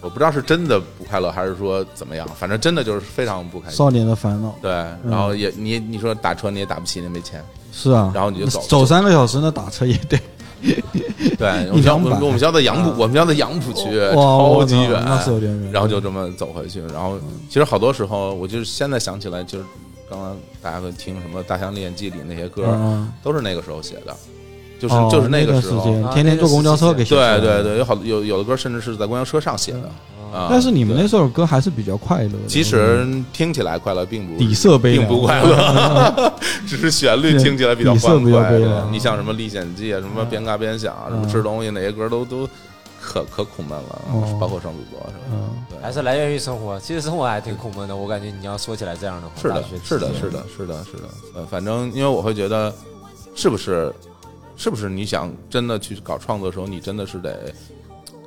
我不知道是真的不快乐，还是说怎么样，反正真的就是非常不开心。
少年的烦恼
对，然后也你你说打车你也打不起，你没钱，
是啊，
然后你就走
走三个小时，那打车也得
对，我
一
们家我
两百
们我们家在杨浦，我们家在杨浦区，
哇，
超
哦我
级
操
远，
那是有点远。嗯
然后就这么走回去。然后其实好多时候，我就是现在想起来，就是刚刚大家会听什么《大象历险记》里那些歌，
嗯，
都是那个时候写的，就是、
哦
就是
那
那个
时
时候。
间
啊
天天坐公交车给写出来
对
的嗯
对对，有好有有的歌甚至是在公交车上写的啊。
但是你们
对
那首歌还是比较快乐的，嗯
其实听起来快乐，并不
底色悲凉
并不快乐， 只是旋律听起来比较
底色
欢
比较
快
悲。
对
凉
你像什么《历险记》啊，什么边嘎边想啊，什么
嗯
吃东西哪些歌都都可可苦闷了
哦，
包括双主播什么
嗯，
的。对
还是来源于生活。其实生活还挺苦闷的，我感觉你要说起来这样的话，
是
大
的
学，期
是的，
间
是的，是的，是的。呃，反正因为我会觉得，是不是，是不是你想真的去搞创作的时候，你真的是得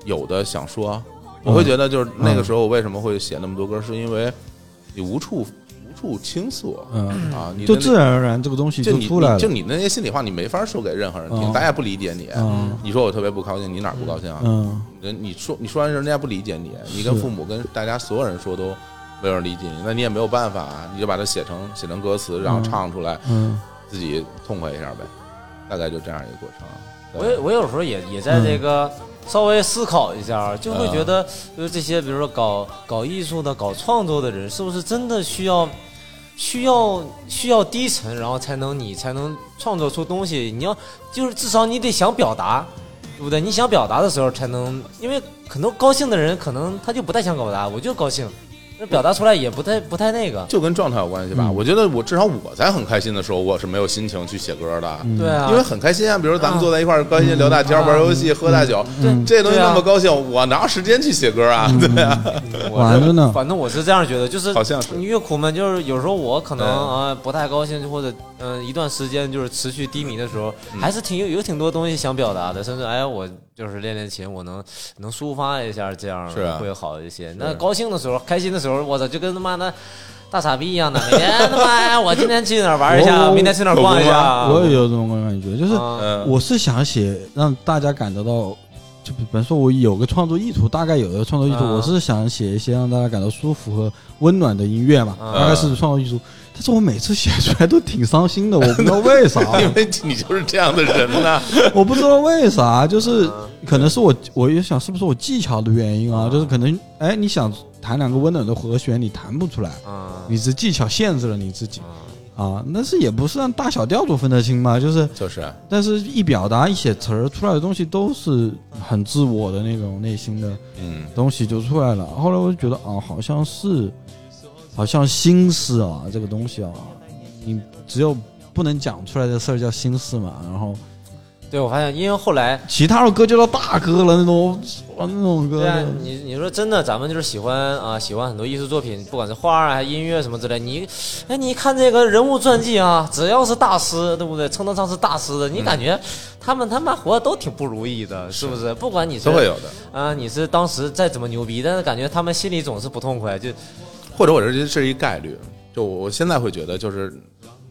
有的想说。我
嗯
会觉得，就是那个时候，我为什么会写那么多歌，是因为你无处无处倾诉
嗯
啊，你
就
真的
自然而然这个东西
就你
出来
你就
了。
你那些心里话，你没法说给任何人听，
嗯
大家不理解你
嗯。
你说我特别不高兴，你哪儿不高兴啊？
嗯，
人你说你说完人家不理解你，你跟
是
父母跟大家所有人说都没有人理解你，那你也没有办法啊，你就把它写成写成歌词，然后
嗯
唱出来，
嗯
自己痛快一下呗，大概就这样一个过程。啊
我也
对嗯
我有时候也也在这个稍微思考一下，就会觉得就是这些，比如说搞搞艺术的、搞创作的人，是不是真的需要需要需要低沉，然后才能你才能创作出东西？你要就是至少你得想表达，对不对？你想表达的时候才能，因为很多高兴的人可能他就不太想表达，我就高兴，那表达出来也不太不太那个。
就跟状态有关系吧，
嗯
我觉得我至少我在很开心的时候，我是没有心情去写歌的，
嗯
对啊，
因为很开心啊。比如咱们
啊
坐在一块儿，高兴聊大天儿、
啊
玩游戏、喝大酒，
嗯
对
嗯 这些东西
对啊
那么高兴，我哪有时间去写歌啊？对啊，
我
完了嗯呢，
反正我是这样觉得，就是
好像是
你越苦闷，就是有时候我可能
嗯
啊、不太高兴，或者嗯、一段时间就是持续低迷的时候，
嗯
还是挺有有挺多东西想表达的，甚至哎我就是练练琴，我能能抒发一下，这样
是啊
会好一些。那高兴的时候，开心的时候，我操，就跟他妈的。大傻逼一样的，每天他妈哎我今天去哪儿玩一
我
下，
我
明天去哪儿逛一下，
哦我也有这种感觉，就是
啊
嗯，
我是想写让大家感觉到，就比方说我有个创作意图，大概有个创作意图，
啊
我是想写一些让大家感到舒服和温暖的音乐嘛，
啊
大概是创作意图。但是我每次写出来都挺伤心的，我不知道为啥，
因为你就是这样的人 呐。
我不知道为啥，就是可能是我，我也想是不是我技巧的原因啊，就是可能哎，你想弹两个温暖的和弦，你弹不出来，
啊
你这技巧限制了你自己
啊
啊。但是也不是让大小调都分得清嘛，就是
就是啊，
但是一表达一写词儿出来的东西都是很自我的那种内心的
嗯，
东西就出来了。后来我就觉得啊，好像是，好像心思啊这个东西啊，你只有不能讲出来的事儿叫心思嘛。然后
对我发现，因为后来
其他的歌就叫大歌了，那种哇那种歌
对啊
就，
你你说真的，咱们就是喜欢啊，喜欢很多艺术作品，不管是画啊、还是音乐什么之类。你，哎，你看这个人物传记啊，只要是大师，对不对？称得上是大师的，你感觉他们他妈活得都挺不如意的，是不是？不管你是
都会有的。
啊、你是当时再怎么牛逼，但是感觉他们心里总是不痛快，就
或者我这这是一概率。就我我现在会觉得，就是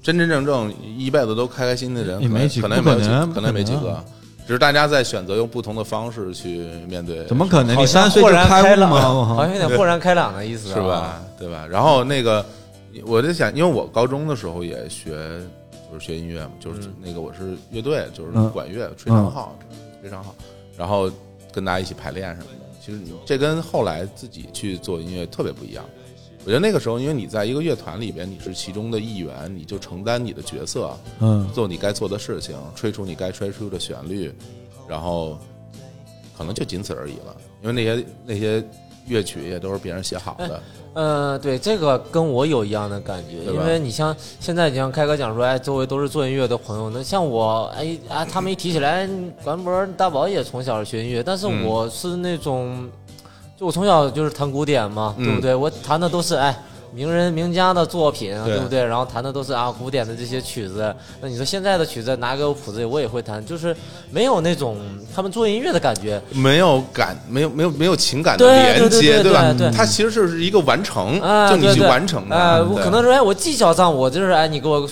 真真正正一辈子都开开心的人，
也
可能
没几
可
个
能也没有几
不可能
可能也没几
不可
个
能，
只是大家在选择用不同的方式去面对，
怎么可能？你
好像
三岁就
豁然
开
开
悟
朗，
吗？我
好
靠
像有点豁然开朗的意思、啊
是吧？？对吧？然后那个，我在想，因为我高中的时候也学，就是学音乐嘛，就是
嗯
那个我是乐队，就是
嗯
管乐、吹长号、吹长号，然后跟大家一起排练什么的。其实你这跟后来自己去做音乐特别不一样。我觉得那个时候，因为你在一个乐团里边，你是其中的一员，你就承担你的角色，
嗯
做你该做的事情，吹出你该吹出的旋律，然后可能就仅此而已了。因为那些那些乐曲也都是别人写好的，
嗯，对，这个跟我有一样的感觉，
对吧
因为你像现在，你像开哥讲说，哎，周围都是做音乐的朋友，那像我，哎啊，他们一提起来，管博、大宝也从小学音乐，但是
嗯
我是那种，就我从小就是弹古典嘛，
嗯
对不对？我弹的都是哎。名人名家的作品，
对
对不对？然后弹的都是啊古典的这些曲子。那你说现在的曲子拿给我谱子，我也会弹，就是没有那种他们做音乐的感觉。
没有感，没有没有没有情感的
对
连
对对
接，
对
吧？
对对
它其实就是一个完成，
啊，
嗯就你
对
去
对
完成的。嗯
啊，我
对
可能说，哎，我技巧上我就是哎，你给我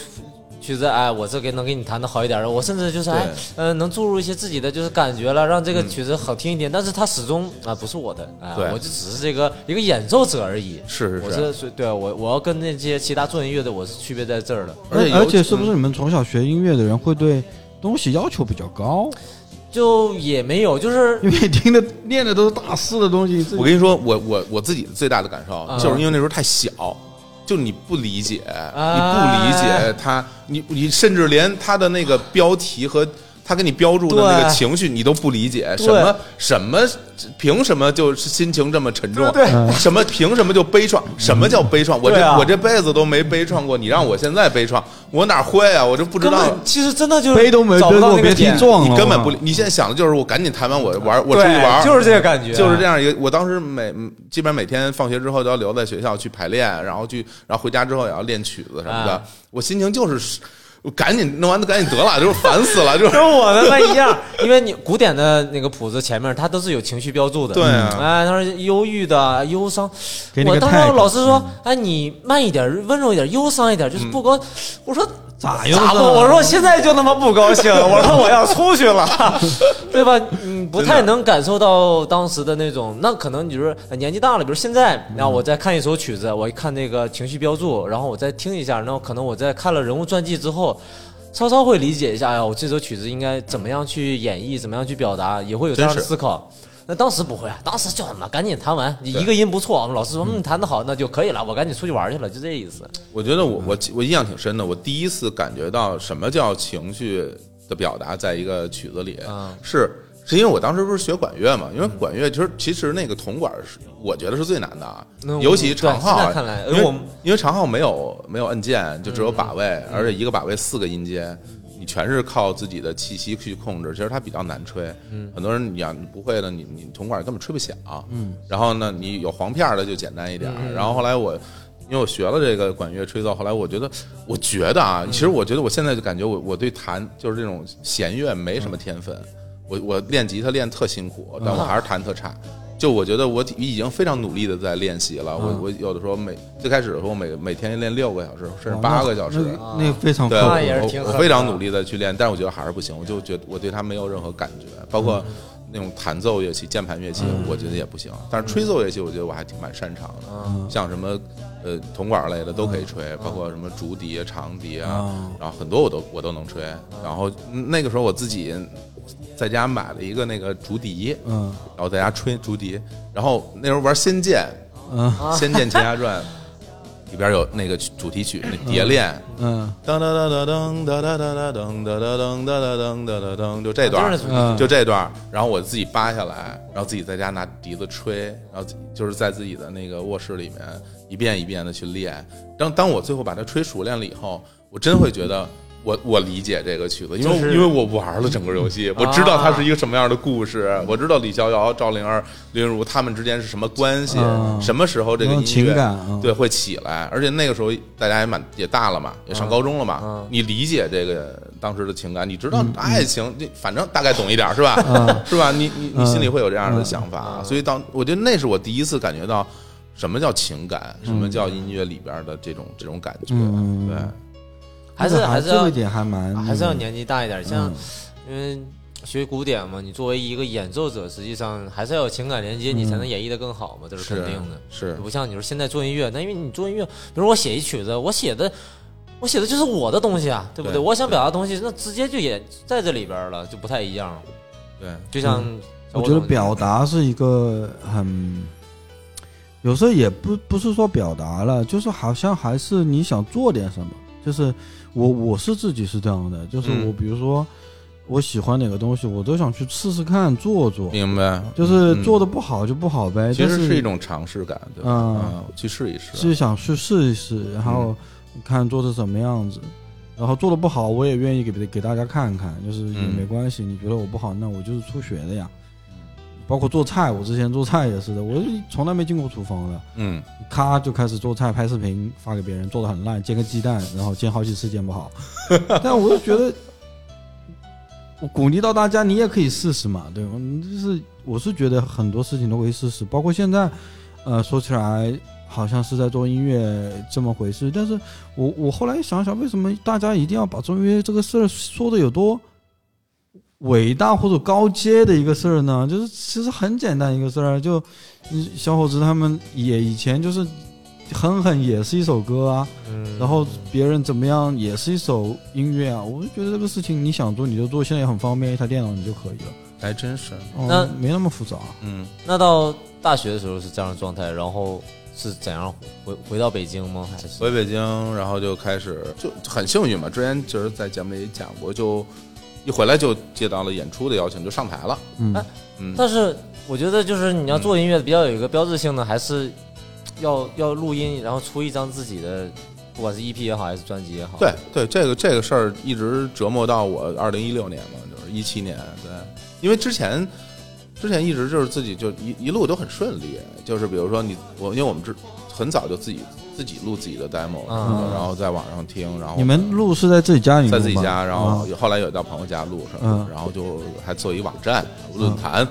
曲子，哎，我这给能给你弹的好一点儿。我甚至就是哎
对，嗯
呃，能注入一些自己的就是感觉了，让这个曲子好听一点。但是它始终啊不是我的，哎
对，
我就只是这个一个演奏者而已。
是是
我
是
是是对啊我我要跟那些其他做音乐的我是区别在这儿的。
而且
而
尤
且
其
是不是你们从小学音乐的人会对东西要求比较高？
就也没有，就是
因为听的练的都是大师的东西，自己
我跟你说，我我我自己最大的感受
啊
就是因为那时候太小，就你不理解，
啊
你不理解他，你你甚至连他的那个标题和。他给你标注的那个
对
情绪，你都不理解，
对
什么什么，凭什么就是心情这么沉重？
对
对
什么凭什么就悲怆？什么叫悲怆？我
对
这
啊
我这辈子都没悲怆过，你让我现在悲怆，我哪会啊？我这不知
根
道
本，其实真 的就是
背都没
找不
背
到
过，
那
别
个
提
点，
撞了。
你根本不理
我。
你现在想的就是我赶紧弹完我玩，我出去
对
玩，
就是这个感觉，
就是这。样一个，我当时每嗯基本上每天放学之后都要留在学校去排练，然后去，然后回家之后也要练曲子什么的。
啊
我心情就是，我赶紧弄完，赶紧得了，就是烦死了，就是
跟我的那一样，因为你古典的那个谱子前面它都是有情绪标注的，
对啊
哎，他说忧郁的、啊忧伤
给。你个嗯
我当时
tag
老师说，哎，你慢一点，温柔一点，忧伤一点，就是不高。我说
嗯咋忧伤啊
咋不？我说现在就他妈不高兴，我说我要出去 了，对吧？你不太能感受到当时的那种，那可能你就是哎年纪大了，比如现在，
嗯
然后我再看一首曲子，我一看那个情绪标注，然后我再听一下，然后可能我在看了人物传记之后。稍稍会理解一下，哎呀，我这首曲子应该怎么样去演绎，怎么样去表达，也会有这样的
真是
思考。那当时不会啊，当时就什么，赶紧弹完，你一个音不错，我们老师说，嗯，弹得好，那就可以了，我赶紧出去玩去了，就这意思。
我觉得我我我印象挺深的，我第一次感觉到什么叫情绪的表达，在一个曲子里，
嗯
是是因为我当时不是学管乐嘛，因为管乐其实其实那个铜管是我觉得是最难的啊
那，我
尤其长号
对现
啊，
在看来
因为
我们
因为长号没有没有按键，就只有把位，而且一个把位四个音阶。你全是靠自己的气息去控制，其实它比较难吹。嗯，很多人你要你不会的，你你铜管根本吹不响。嗯，然后呢，你有簧片儿的就简单一点儿。然后后来我因为我学了这个管乐吹奏，后来我觉得，我觉得啊，其实我觉得我现在就感觉我我对弹就是这种弦乐没什么天分，我我练吉他练特辛苦，
嗯
但我还是弹特差。就我觉得我已经非常努力的在练习了，
嗯
我我有的时候每最开始的时候每每天练六个小时甚至八个小时，
哦那那非常
对，啊
酷
我
那也是挺狠
我我
的
非常努力的去练，但是我觉得还是不行，我就觉得我对它没有任何感觉，包括那种弹奏乐器、键盘乐器，我觉得也不行。但是吹奏乐器，我觉得我还挺蛮擅长的，像什么呃铜管类的都可以吹，包括什么竹笛啊、长笛啊
嗯，
然后很多我都我都能吹。然后嗯那个时候我自己在家买了一个那个竹笛，
嗯
然后在家吹竹笛，然后那时候玩《仙剑》，
嗯
《仙剑奇侠传》里边有那个主题曲，那蝶恋。
嗯
噔噔噔噔噔噔噔噔噔噔噔噔噔噔噔噔，就这段
就是，
嗯，
就这段，然后我自己扒下来，然后自己在家拿笛子吹，然后自己就是在自己的那个卧室里面一遍一遍的去练。当当我最后把它吹熟练了以后，我真会觉得。我 我理解这个曲子，因为、
就是
因为我玩了整个游戏，我知道
啊
它是一个什么样的故事，我知道李逍遥、赵灵儿、林如他们之间是什么关系，
啊
什么时候这个
有
音
种
乐
情感啊
对会起来，而且那个时候大家也蛮也大了嘛，也上高中了嘛，
嗯
你理解这个当时的情感，你知
嗯
道爱情，你反正大概懂一点儿是吧？ 是吧？你你
嗯
你心里会有这样的想法，所以当我觉得那是我第一次感觉到什么叫情感，什么叫音乐里边的这种这种感觉，
嗯
对。
还
这
是
个
还是
这
要
个点还蛮
还是要年纪大一点，像因为学古典嘛，你作为一个演奏者，实际上还是要有情感连接，你才能演绎的更好嘛，这是肯定的。
是
不像你说现在做音乐，那因为你做音乐，比如我写一曲子，我写的。我写的就是我的东西啊，对不对？
对
我想表达的东西，那直接就也在这里边了，就不太一样了。
对，嗯
就像
我
小郭
觉得
总
表达是一个很有时候也不不是说表达了，就是好像还是你想做点什么。就是我我是自己是这样的，就是
嗯
我比如说我喜欢哪个东西，我都想去试试看做做，
明白？
就是做
的，
的不好就不好呗。
其
但
实
是
是一种尝试感，对吧？
嗯
啊，去试一试
是。想去试一试，然后看做成什么样子。然后做的不好，我也愿意给给大家看看，就是也
嗯
没关系。你觉得我不好，那我就是初学的呀。包括做菜，我之前做菜也是的，我从来没进过厨房的，
嗯，
咔就开始做菜，拍视频发给别人，做的很烂，煎个鸡蛋，然后煎好几次煎不好。但我就觉得，我鼓励到大家，你也可以试试嘛，对吧？你就是我是觉得很多事情都可以试试，包括现在，呃，说起来好像是在做音乐这么回事，但是我我后来想想，为什么大家一定要把做音乐这个事儿说的有多？伟大或者高阶的一个事儿呢，就是其实很简单一个事儿，就你小伙子他们也以前就是狠狠也是一首歌啊，
嗯
然后别人怎么样也是一首音乐啊，我就觉得这个事情你想做你就做，现在也很方便，一台电脑你就可以了，
还真是，
哦、
那
没那么复杂。
嗯，
那到大学的时候是这样的状态，然后是怎样回回到北京吗？还是
回北京，然后就开始就很幸运嘛。之前就是在节目里也讲过，就一回来就接到了演出的邀请，就上台了。
嗯，
哎
嗯，
但是我觉得就是你要做音乐比较有一个标志性的，还是要要录音，然后出一张自己的，不管是 EP 也好还是专辑也好。，
对对，这个这个事儿一直折磨到我二零一六年嘛，就是一七年，对，因为之前之前一直就是自己就一一路都很顺利，就是比如说你我，因为我们之很早就自己自己录自己的 demo，、
嗯
然后在网上听，然后
啊你们录是在自己家里录吗
在自己家，然后
啊
后来有到朋友家录什么的，
嗯
然后就还做一网站论 坛，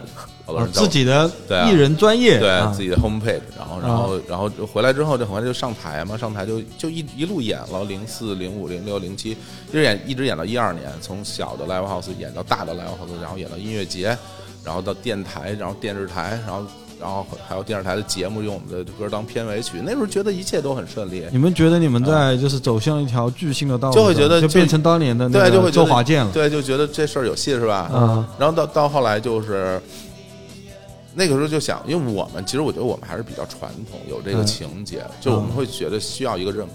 好多
啊
人在
自己的
对啊
艺人专业，
对
啊
自己的 homepage，然后然后然后回来之后就很快就上台嘛，上台就就一一路演了零四零五零六零七，一直演一直演到一二年，从小的 live house 演到大的 live house，然后演到音乐节，然后到电台，然后电视台，然后然后还有电视台的节目用我们的歌当片尾曲，那时候觉得一切都很顺利，
你们觉得你们在就是走向一条巨星的道路上，
就会觉得
就
就
变成当年的那
对，就会
个
觉
周
得
华健了，
对，就觉得这事儿有戏是吧？
啊，
然后到到后来就是那个时候就想，因为我们其实我觉得我们还是比较传统，有这个
嗯
情节，就我们会觉得需要一个认可，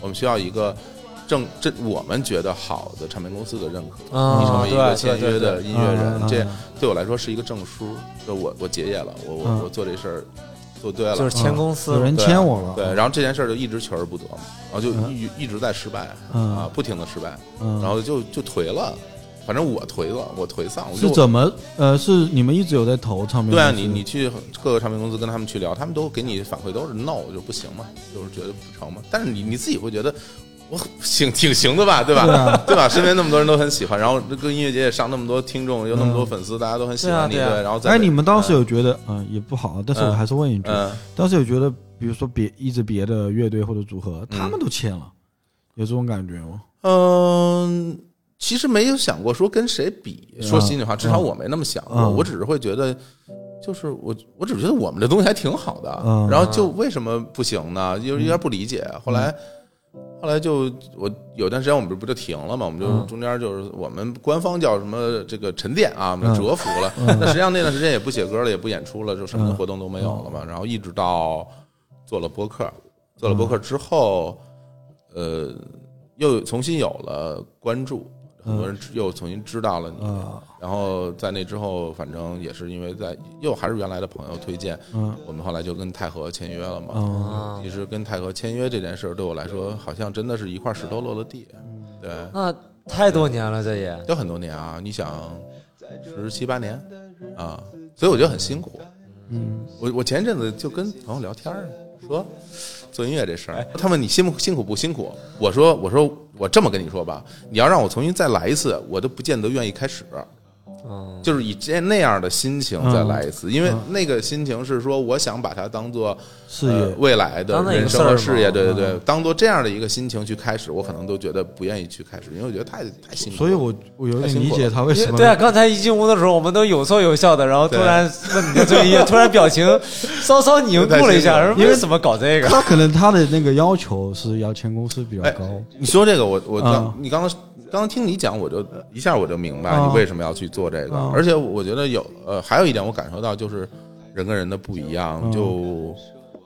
我们需要一个正这我们觉得好的唱片公司的认可。
啊
你成为一个
对
签
对
约
对
的音乐人，
嗯
这
嗯
对我来说是一个证书。就我我结业了，我我、
嗯
我做这事儿做对了，
就是签公司
有人
对啊
签我了，
对，然后这件事儿就一直求而不得嘛，然后就
嗯
一一直在失败
嗯
啊，不停的失败，
嗯，
然后就就颓了，反正我颓了，我颓丧，我
是
就
怎么？呃，是你们一直有在投唱片公司？
对啊，你你去各个唱片公司跟他们去聊，他们都给你反馈都是 no 就不行嘛，就是觉得不成嘛。但是你你自己会觉得我行挺行的吧，对吧？
对啊
吧？身边那么多人都很喜欢，然后这个音乐节也上那么多听众，有那么
嗯
多粉丝，大家都很喜欢你，
对啊对啊
然后在
哎，你们当时有觉得嗯、也不好，但是我
嗯
还是问一句，
嗯
当时有觉得，比如说别一支别的乐队或者组合，他们都签了，有这种感觉吗？
嗯。其实没有想过说跟谁比，说心里话，
嗯
至少我没那么想过。
嗯
我只是会觉得，就是我，我只是觉得我们这东西还挺好的，
嗯
然后就为什么不行呢？有有点不理解。后来，后来就我有段时间我们不就停了嘛，我们就
嗯
中间就是我们官方叫什么这个沉淀啊，我
嗯
们蛰伏了。那实际上那段时间也不写歌了，也不演出了，就什么
嗯
活动都没有了嘛。然后一直到做了播客，做了
嗯
播客之后，呃，又重新有了关注，很多人知又重新知道了你。
啊、
然后在那之后，反正也是因为在又还是原来的朋友推荐，
嗯
我们后来就跟泰和签约了嘛。
嗯，
啊
其实跟泰和签约这件事儿对我来说，好像真的是一块石头落了地。对，
那太多年了，这也
有很多年啊，你想十七八年啊，所以我觉得很辛苦。嗯，我我前阵子就跟朋友聊天儿，说做音乐这事儿，哎他问你辛不辛苦不辛苦？我说我说我这么跟你说吧，你要让我重新再来一次，我都不见得愿意开始。
嗯
就是以这那样的心情再来一次，因为那个心情是说，我想把它当做
事
呃
业，
未来的
当做一个
人生
事儿
和
嘛嗯
事业，对对对，当做这样的一个心情去开始，我可能都觉得不愿意去开始，因为我觉得太太辛苦了。
所以我我有
太
点
辛苦
理解
了
他为什么
对啊，刚才一进屋的时候，我们都有说有笑的，然后突
对
然问你的最音，突然表情稍稍凝固了一下，
太辛苦了
说为什么搞这个？
他可能他的那个要求是要签公司比较
哎
高，
你说这个，我我刚、
啊
你刚刚刚刚听你讲，我就一下我就明白
啊
你为什么要去做这个，
啊
而且我觉得有呃，还有一点我感受到就是人跟人的不一样，
嗯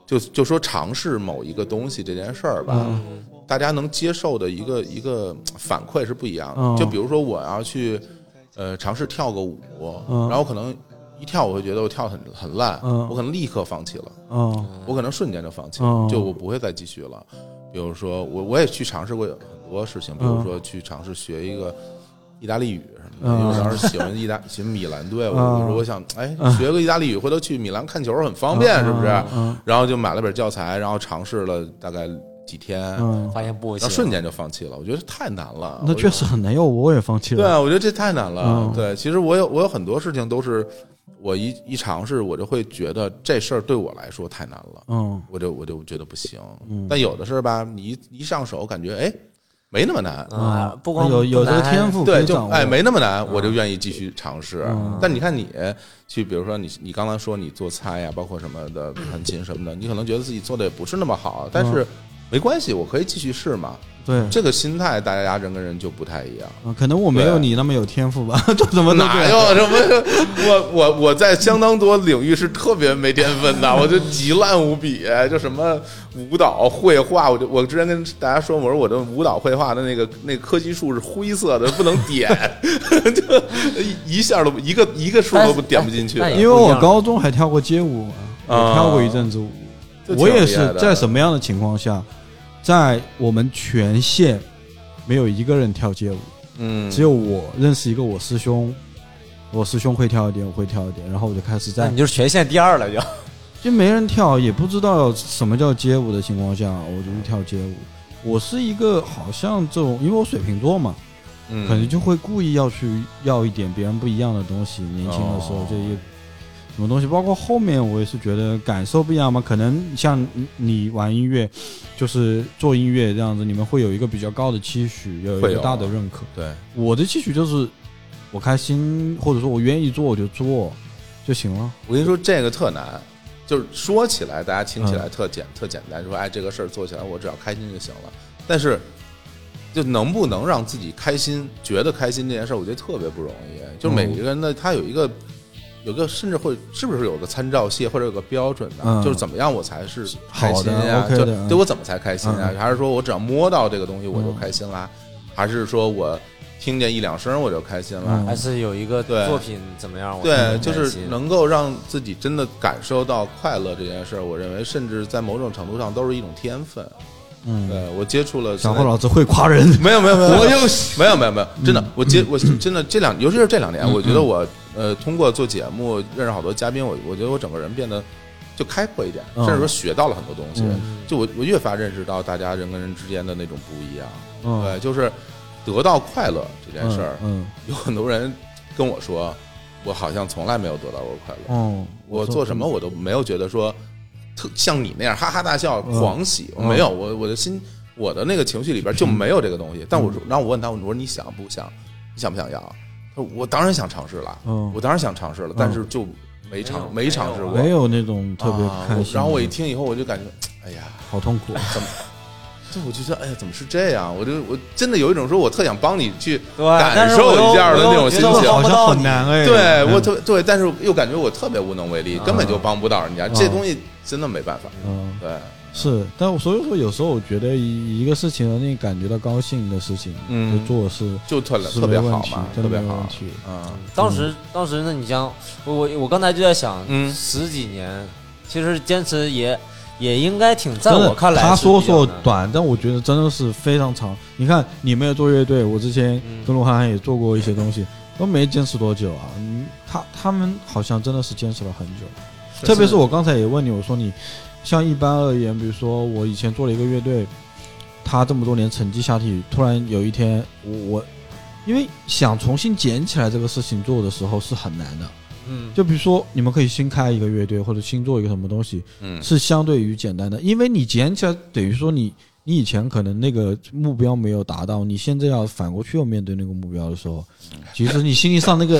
就就就说尝试某一个东西这件事儿吧，
嗯
大家能接受的一个一个反馈是不一样的。
嗯
就比如说我要去呃尝试跳个舞，
嗯
然后可能一跳我会觉得我跳得很很烂，
嗯
我可能立刻放弃了，
嗯
我可能瞬间就放弃了，
嗯
就我不会再继续了。比如说我我也去尝试过很多事情，比如
嗯
说去尝试学一个意大利语什么
嗯
的，因为我当时喜欢意大喜欢米兰队，我
嗯
我说我想哎学个意大利语，回头去米兰看球很方便，是不是？
嗯
然后就买了本教材，然后尝试了大概几天，然
嗯，
发现不
后
行，
瞬间就放弃了。我觉得太难了，
那
我觉
确
得
实很难，要我我也放弃
对
了。
啊，我觉得这太难了
嗯。
对，其实我有我有很多事情都是我一一尝试，我就会觉得这事儿对我来说太难了，
嗯
我就我就觉得不行。但有的事儿吧，你一一上手，感觉哎没那么难，
啊，不光
有有这个
不难
天，赋，
对，
可以
就
嗯掌握
哎，没那么难，我就愿意继续尝试
嗯。
但你看你去，比如说你你刚才说你做菜呀，包括什么的弹琴什么的，你可能觉得自己做的也不是那么好，但
嗯
是没关系，我可以继续试嘛。
对，
这个心态，大家人跟人就不太一样。
啊可能我没有你那么有天赋吧， 就怎么都
哪
对。
有什么？我我我在相当多领域是特别没天分的，我就极烂无比。就什么舞蹈、绘画，我就我之前跟大家说，我说我的舞蹈、绘画的那个那科技树是灰色的，不能点， 就一一下都不一个一个数都不点不进去
但。
因为我高中还跳过街舞嘛，也跳过一阵子舞。
就啊挺
我
厉害的
也是在什么样的情况下，在我们全县没有一个人跳街舞，
嗯，
只有我认识一个我师兄，我师兄会跳一点，我会跳一点，然后我就开始
那
在
你就是全县第二了就。
就没人跳，也不知道什么叫街舞的情况下，我就去跳街舞。我是一个好像这种，因为我水瓶座嘛，
嗯
可能就会故意要去要一点别人不一样的东西。年轻的时候
哦
这一什么东西，包括后面我也是觉得感受不一样嘛。可能像你你玩音乐，就是做音乐这样子，你们会有一个比较高的期许，有一
会
个
有啊
大的认可。
对，
我的期许就是我开心，或者说我愿意做我就做就行了。
我跟你说这个特难。就是说起来，大家听
嗯
起来特简、特简单，说哎这个事儿做起来我只要开心就行了。但是，就能不能让自己开心，觉得开心这件事儿，我觉得特别不容易。就
嗯
每个人呢，他有一个有个甚至会是不是有个参照系或者有个标准的，
嗯
就是怎么样我才是开心
好
呀？
的
就
，OK 的嗯
对我怎么才开心呀？
嗯
还是说我只要摸到这个东西我就开心啦？还是说我听见一两声我就开心啦？
嗯
还是有一个
对
作品怎么样？我才
对，
能
就
开
是
心
能够让自己真的感受到快乐这件事儿，我认为甚至在某种程度上都是一种天分。
嗯，
对我接触了
小
现
霍
在
老师会夸人，
没有没有没有，我又没有没有没有，真的，我
嗯
接我真的这两，尤其是这两年，我觉得我呃通过做节目认识好多嘉宾，我我觉得我整个人变得就开阔一点，
嗯
甚至说学到了很多东西
嗯。
就我我越发认识到大家人跟人之间的那种不一样，
嗯
对，就是得到快乐这件事儿，
嗯
有很多人跟我说，我好像从来没有得到过快乐。
嗯，
我做什么我都没有觉得说特像你那样哈哈大笑
嗯
狂喜，
嗯
没有我我的心我的那个情绪里边就没有这个东西。但我说，然后我问他，我说你想不想，你想不想要？他说我当然想尝试了，
嗯
我当然想尝试了，但是就没
没有
尝没尝试过，
没有那种特别
啊
开
我
心的。
然后我一听以后，我就感觉，哎呀，
好痛苦，啊
这我就觉得，哎呀，怎么是这样？我就我真的有一种说我特想帮你去
对啊哎但
感
是
受
我又
一下的
我又
那种
觉
心
得我
情，
帮
好
不
像
到
很
你
难哎。
对
嗯啊
我特对，但是又感觉我特别无能为力，根本就帮不到人家，这东西真的没办法。
嗯
对，
是，但我所以说有时候我觉得一一个事情能让你感觉到高兴的事情，
嗯
就做是
就特别
是
特别
没问
好
题
嘛，
真的
特别
没问
好。
题。
嗯
当时，当时呢，你像我我我刚才就在想，
嗯
十几年，其实坚持也也应该挺，在
真的
我看来，
他说说，短，但我觉得真的是非常长。你看，你没有做乐队，我之前
嗯
跟鹿晗晗也做过一些东西，都没坚持多久啊。嗯，他他们好像真的是坚持了很久。特别是我刚才也问你，我说你像一般而言，比如说我以前做了一个乐队，他这么多年成绩下去，突然有一天我我因为想重新捡起来这个事情做的时候是很难的。
嗯，
就比如说你们可以新开一个乐队或者新做一个什么东西，
嗯
是相对于简单的，因为你捡起来等于说你你以前可能那个目标没有达到，你现在要反过去要面对那个目标的时候，其实你心理上那个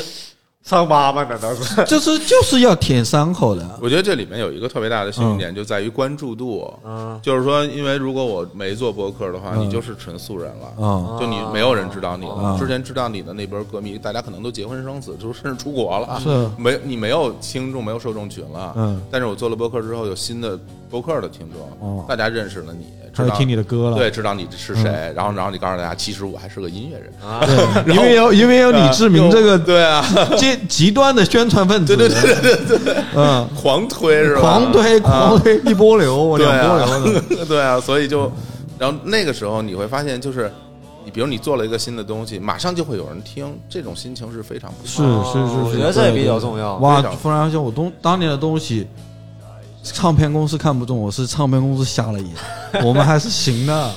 伤疤吗？难道是？
就是就是要舔伤口的，
我觉得这里面有一个特别大的幸
嗯
运点，就在于关注度。嗯，就是说，因为如果我没做播客的话，你就是纯素人了，
嗯，
就你没有人知道你了
嗯。
之前知道你的那波歌迷，大家可能都结婚生子，就甚至出国了，
是
没你没有听众，没有受众群了。
嗯，
但是我做了播客之后，有新的播客的听
哦
众，大家认识了你，
他
知
就
道
听你的歌了，嗯
对，知道你是谁，然后然后你告诉大家，其实我还是个音乐人。
对，因为有因为有啊李志明这个
对啊，
极极端的宣传分子，对对对对对，嗯，
狂推是吧？
狂推狂推一波流，我
对
两波
啊
流的，，
对啊，所以就，然后那个时候你会发现，就是你比如你做了一个新的东西，马上就会有人听，这种心情是非常不
是
错的
是是，
哦我
是
觉得这也比较重要。
哇
非，常
突然发现我东当年的东西，唱片公司看不中我，是唱片公司瞎了眼，我们还是行的，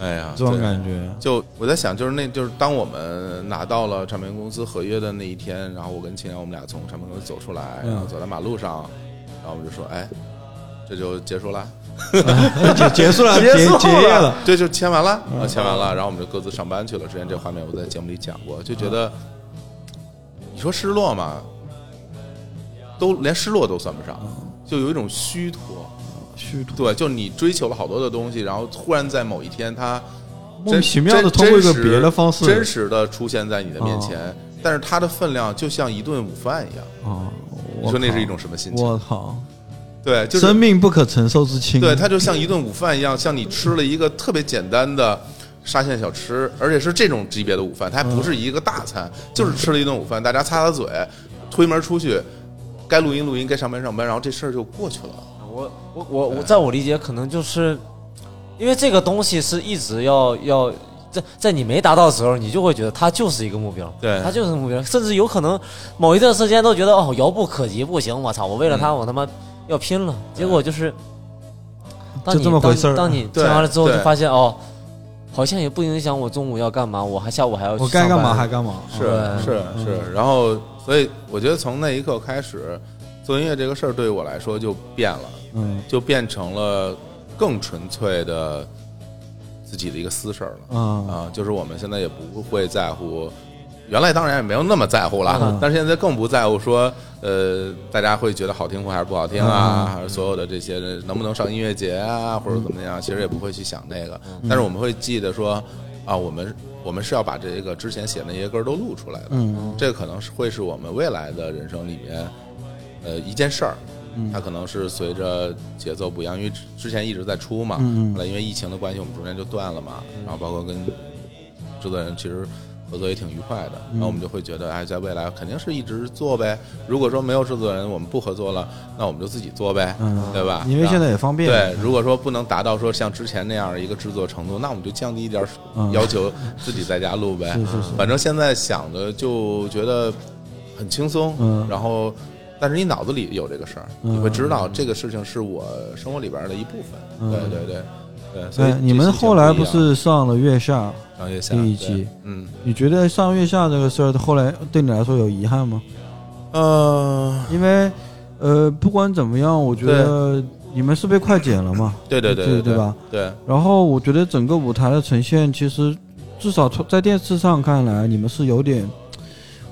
哎呀，
这种
对
感 觉。
就我在想，就是那就是当我们拿到了唱片公司合约的那一天，然后我跟秦阳我们俩从唱片公司走出来，
嗯
然后走在马路上，然后我们就说，哎，这就结束了，
结结束了，
结
结
束
结业
了
了。
对，就签完了，
嗯
啊，签完了，然后我们就各自上班去了。之前这画面我在节目里讲过，就觉得你说失落嘛，都连失落都算不上，
嗯
就有一种虚脱。
虚脱，
对，就你追求了好多的东西，然后忽然在某一天，它
莫
真
名其妙的通过一个别的方式，嗯
真实的出现在你的面前，但是它的分量就像一顿午饭一样。
啊！
你
我
说那
靠
是一种什么心情？
我靠，
对，就是
生命不可承受之轻。
对，它就像一顿午饭一样，像你吃了一个特别简单的沙县小吃，而且是这种级别的午饭，它还不是一个大餐，就是吃了一顿午饭，大家擦擦嘴，推门出去，该录音录音，该上班上班，然后这事儿就过去了。
啊我我我我，在我理解，可能就是因为这个东西是一直要要在在你没达到的时候，你就会觉得它就是一个目标，
对
它就是目标，甚至有可能某一段时间都觉得哦遥不可及，不行，我操，我为了
嗯
它我他妈要拼了，结果就是当
就
你
这么回事儿
当当你
对
签完了之后，就
对
发现哦，好像也不影响我中午要干嘛，我还下午还要去
我该干嘛
上班
还干嘛。哦
是
对
是
嗯
是，然后所以我觉得从那一刻开始，做音乐这个事儿对于我来说就变了，
嗯
就变成了更纯粹的自己的一个私事儿了。
嗯，
啊，就是我们现在也不会在乎，原来当然也没有那么在乎了，
嗯
但是现在更不在乎说，呃，大家会觉得好听或还是不好听啊，
嗯
还是所有的这些能不能上音乐节啊，或者怎么样，其实也不会去想那个，
嗯
但是我们会记得说，啊，我们我们是要把这个之前写的那些歌都录出来的，
嗯
这个可能是会是我们未来的人生里面，呃，一件事儿。
嗯
它可能是随着节奏不一样，因为之之前一直在出嘛，
嗯嗯嗯
后来因为疫情的关系，我们中间就断了嘛。然后包括跟制作人其实合作也挺愉快的，
嗯
然后我们就会觉得，哎，在未来肯定是一直做呗。如果说没有制作人，我们不合作了，那我们就自己做呗，
嗯
对吧？
因为现在也方便。
对，如果说不能达到说像之前那样一个制作程度，那我们就降低一点儿
嗯
要求，自己在家录呗。
是是是
反正现在想的就觉得很轻松，
嗯
然后。但是你脑子里有这个事儿，
嗯
你会知道这个事情是我生活里边儿的一部分。
嗯
对对对对，所以
对，你们后来不是上了月下？
商业下
第一季？
嗯
你觉得上月下这个事儿后来对你来说有遗憾吗？
呃，
因为，呃，不管怎么样，我觉得你们是被快剪了嘛，
对对对
对
对
吧？？
对，
然后我觉得整个舞台的呈现，其实至少从在电视上看来，你们是有点，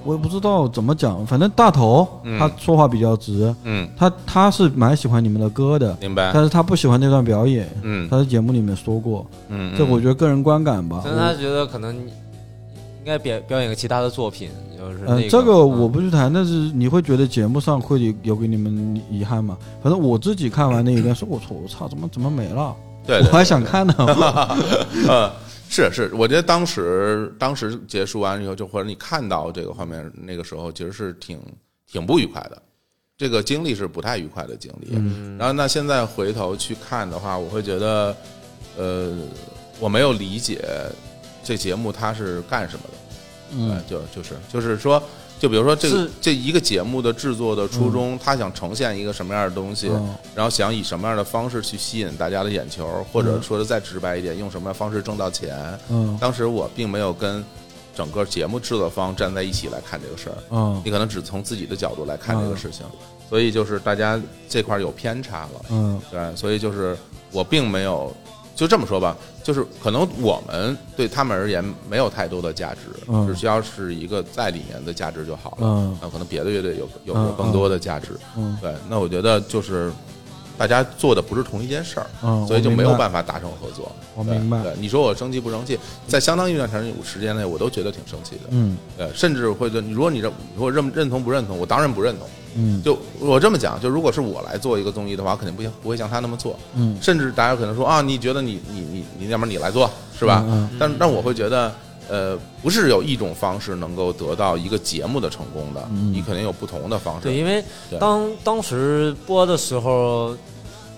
我也不知道怎么讲，反正大头、
嗯
他说话比较直，
嗯，
他他是蛮喜欢你们的歌的，
明白。
但是他不喜欢那段表演，
嗯
他在节目里面说过，
嗯，
这我觉得个人观感吧。
但是他觉得可能应该表表演个其他的作品，就是那
嗯、
个
这个
嗯
我不去谈，但是你会觉得节目上会有给你们遗憾吗？反正我自己看完那一段，说我操，我操，怎么怎么没了？
对，对
我还
对
想看呢。
呃，是是，我觉得当时当时结束完以后，就或者你看到这个画面那个时候，其实是挺挺不愉快的，这个经历是不太愉快的经历。然后那现在回头去看的话，我会觉得，呃，我没有理解这节目它是干什么的。嗯，就就是就是说，就比如说这个
是
这一个节目的制作的初衷，他想呈现一个什么样的东西，
嗯
然后想以什么样的方式去吸引大家的眼球，或者说的再直白一点，用什么样的方式挣到钱。
嗯
当时我并没有跟整个节目制作方站在一起来看这个事儿，
嗯
你可能只从自己的角度来看这个事情，所以就是大家这块儿有偏差了。
嗯
对，所以就是我并没有就这么说吧，就是可能我们对他们而言没有太多的价值，
嗯
只需要是一个在里面的价值就好了。
嗯
那可能别的乐队有有
嗯
有更多的价值。
嗯
对，那我觉得就是大家做的不是同一件事儿，
嗯
所以就
我明白
没有办法达成合作。
我
对
哦明白
对，你说我生气不生气？在相当一段长时间内，我都觉得挺生气的。
嗯
对，甚至会觉得，如果你认，如果认认同不认同，我当然不认同。
嗯
就我这么讲，就如果是我来做一个综艺的话，我肯定不像不会像他那么做。
嗯
甚至大家可能说啊，你觉得你你你你，要么你来做是吧？
嗯
但但我会觉得，呃，不是有一种方式能够得到一个节目的成功的，
嗯
你肯定有不同的方式。
对，因为
对
当当时播的时候，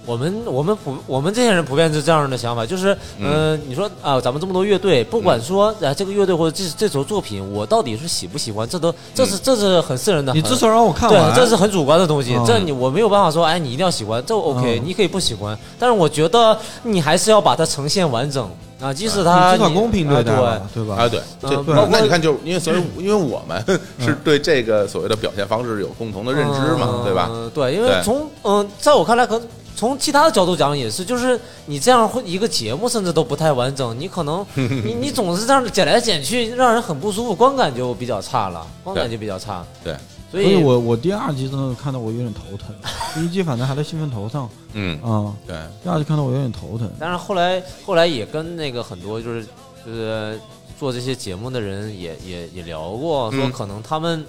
我们我们普我们这些人普遍是这样的想法，就是、
嗯
呃，你说啊，咱们这么多乐队，不管说啊这个乐队或者这这首作品，我到底是喜不喜欢，这都这
嗯
是、这是很私人的。
你
很
至少让我看
对
完，，
这是很主观的东西，
嗯
这你我没有办法说，哎，你一定要喜欢，这 OK，、
嗯
你可以不喜欢，但是我觉得你还是要把它呈现完整啊，即使它
你至少
你
公平对待
啊
吧，哎对
啊，
吧？嗯
对，
嗯
这
包括
那你看，就是因为所以因为我们 是对这个所谓的表现方式有共同的认知嘛，
嗯
对吧？？
对，因为
对
从嗯、在我看来，可能从其他的角度讲也是，就是你这样会一个节目甚至都不太完整，你可 能你你总是这样剪来剪去，让人很不舒服，观感就比较差了，观感
对
就比较差。
对，
所
所以
以
我我第二集真的看到我有点头疼，第一集反正还在兴奋头上
嗯，
啊，
对，
第二集看到我有点头疼。
但是后来后来也跟那个很多就是就是做这些节目的人也也也聊过，说
嗯
可能他们、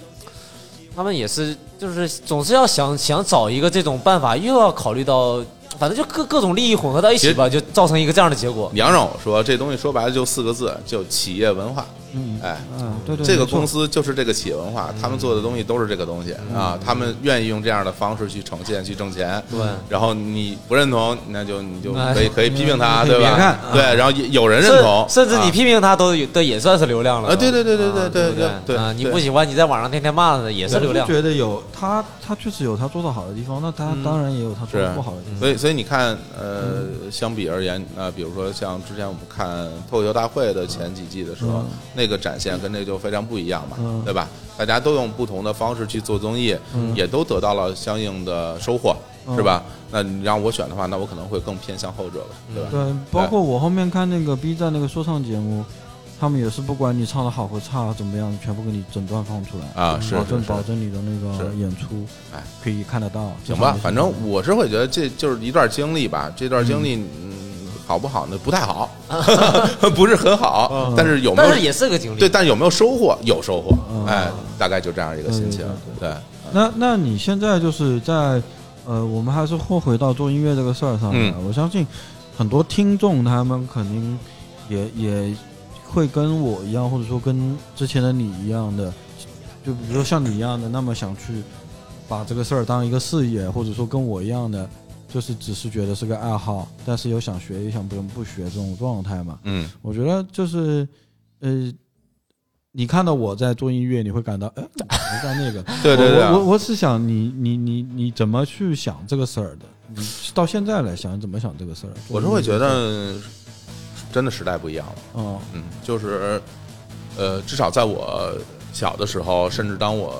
他们也是就是总是要想想找一个这种办法，又要考虑到反正就各各种利益混合到一起吧，就造成一个这样的结果。
你要让我说，这东西说白了就四个字，就企业文化。
嗯
哎，
嗯，对对，
这个
没错
公司就是这个企业文化，他们做的东西都是这个东西啊，他们愿意用这样的方式去呈现、去挣钱。
对
然后你不认同，那就你就
哎
可以可以批评他，
你可以
对
别看
吧？对，然后也有人认同，
甚甚至你
啊
批评他都有都也算是流量了
啊对对对对
啊对
对对
不
对
啊！
对
你不喜欢你在网上天天骂他的也是
我
流量
觉得有他，他确实有他做的好的地方，那他
嗯
当然也有他做
啊
的不好的地方。
所以，所以你看，呃，相比而
嗯
言，那比如说像之前我们看脱口秀大会的前几季的时候
嗯，
那个展现跟这就非常不一样嘛
嗯，
对吧？大家都用不同的方式去做综艺，也都得到了相应的收获，
嗯
是吧？那你让我选的话，那我可能会更偏向后者吧，
嗯
对吧？
对，包括我后面看那个 B 站那个说唱节目，他们也是不管你唱的好和差怎么样，全部给你整段放出来
啊是
保
是
证
是
保证你的那个
是
演出，
哎，
可以看得到。至
行
少
吧
你，是
反正我是会觉得这就是一段经历吧，这段经历，嗯，好不好呢？不太 好，不是很好，但是有没
但
有
是也是个经历。
对，但是有没有收获？有收获
嗯，
哎，大概就这样一个心情。对，
那那你现在就是在呃，我们还是会回到做音乐这个事儿上面来。啊我相信很多听众他们肯定也也会跟我一样，或者说跟之前的你一样的，就比如说像你一样的，那么想去把这个事儿当一个事业，或者说跟我一样的，就是只是觉得是个爱好，但是又想学也想不不学这种状态嘛。
嗯
我觉得就是，呃，你看到我在做音乐，你会感到，哎，我没干那个，
对对对
我
啊
我我我是想你你你你怎么去想这个事儿的？你到现在来想，你怎么想这个事儿？
我是会觉，得，真的时代不一样了。
嗯
嗯，就是，呃，至少在我小的时候，甚至当我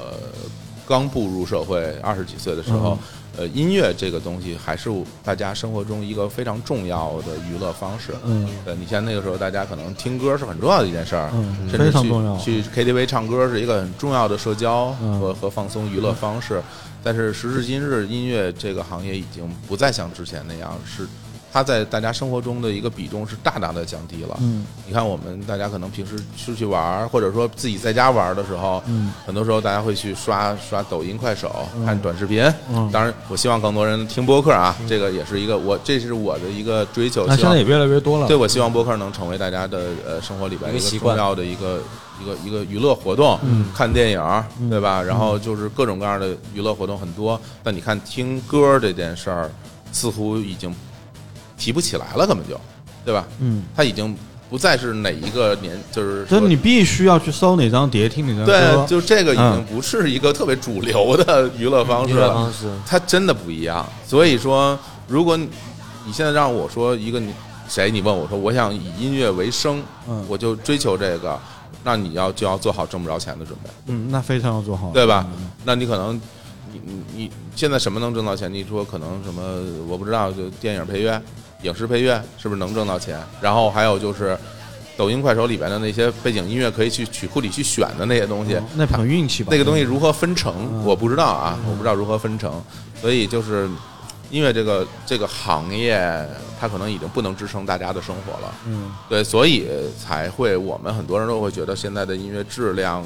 刚步入社会二十几岁的时候
嗯，
呃，音乐这个东西还是大家生活中一个非常重要的娱乐方式。
嗯
对，你像那个时候，大家可能听歌是很重要的一件事儿，
嗯
甚
非
至
常
去
重要
去 KTV 唱歌是一个很重要的社交
嗯
和、和放松娱乐方式。但是时至今日，音乐这个行业已经不再像之前那样，是它在大家生活中的一个比重是大大的降低了。
嗯
你看，我们大家可能平时出去玩儿，或者说自己在家玩儿的时候，
嗯
很多时候大家会去刷刷抖音、快手，
嗯
看短视频。
嗯。
当然，我希望更多人听播客啊，这个也是一个我，这是我的一个追求。
那
希
现
望
在也越来越多了。
对，我希望播客能成为大家的呃生活里边
一个习
重
惯
要的一个一个一个娱乐活动，
嗯
看电影儿
嗯
对吧？然后就是各种各样的娱乐活动很多，但你看听歌儿这件事儿，似乎已经提不起来了，根本就，对吧？
嗯，
它已经不再是哪一个年，就是
就是
说
你必须要去搜哪张碟，听哪张歌。
对，就这个已经
嗯
不是一个特别主流的娱乐方式
娱乐
了，
方式，
它真的不一样。所以说，如果你你现在让我说一个你谁，你问我说我想以音乐为生，
嗯
我就追求这个，那你要就要做好挣不着钱的准备，
嗯，那非常要做好，
对吧？那你可能你你你现在什么能挣到钱？你说可能什么我不知道，就电影配乐。影视配乐是不是能挣到钱？然后还有就是抖音、快手里边的那些背景音乐可以去曲库里去选的那些东西，
嗯那很运气吧？
那个东西如何分成，我不知道啊，我不知道如何分成，所以就是因为这个这个行业，它可能已经不能支撑大家的生活了，
嗯，
对，所以才会我们很多人都会觉得现在的音乐质量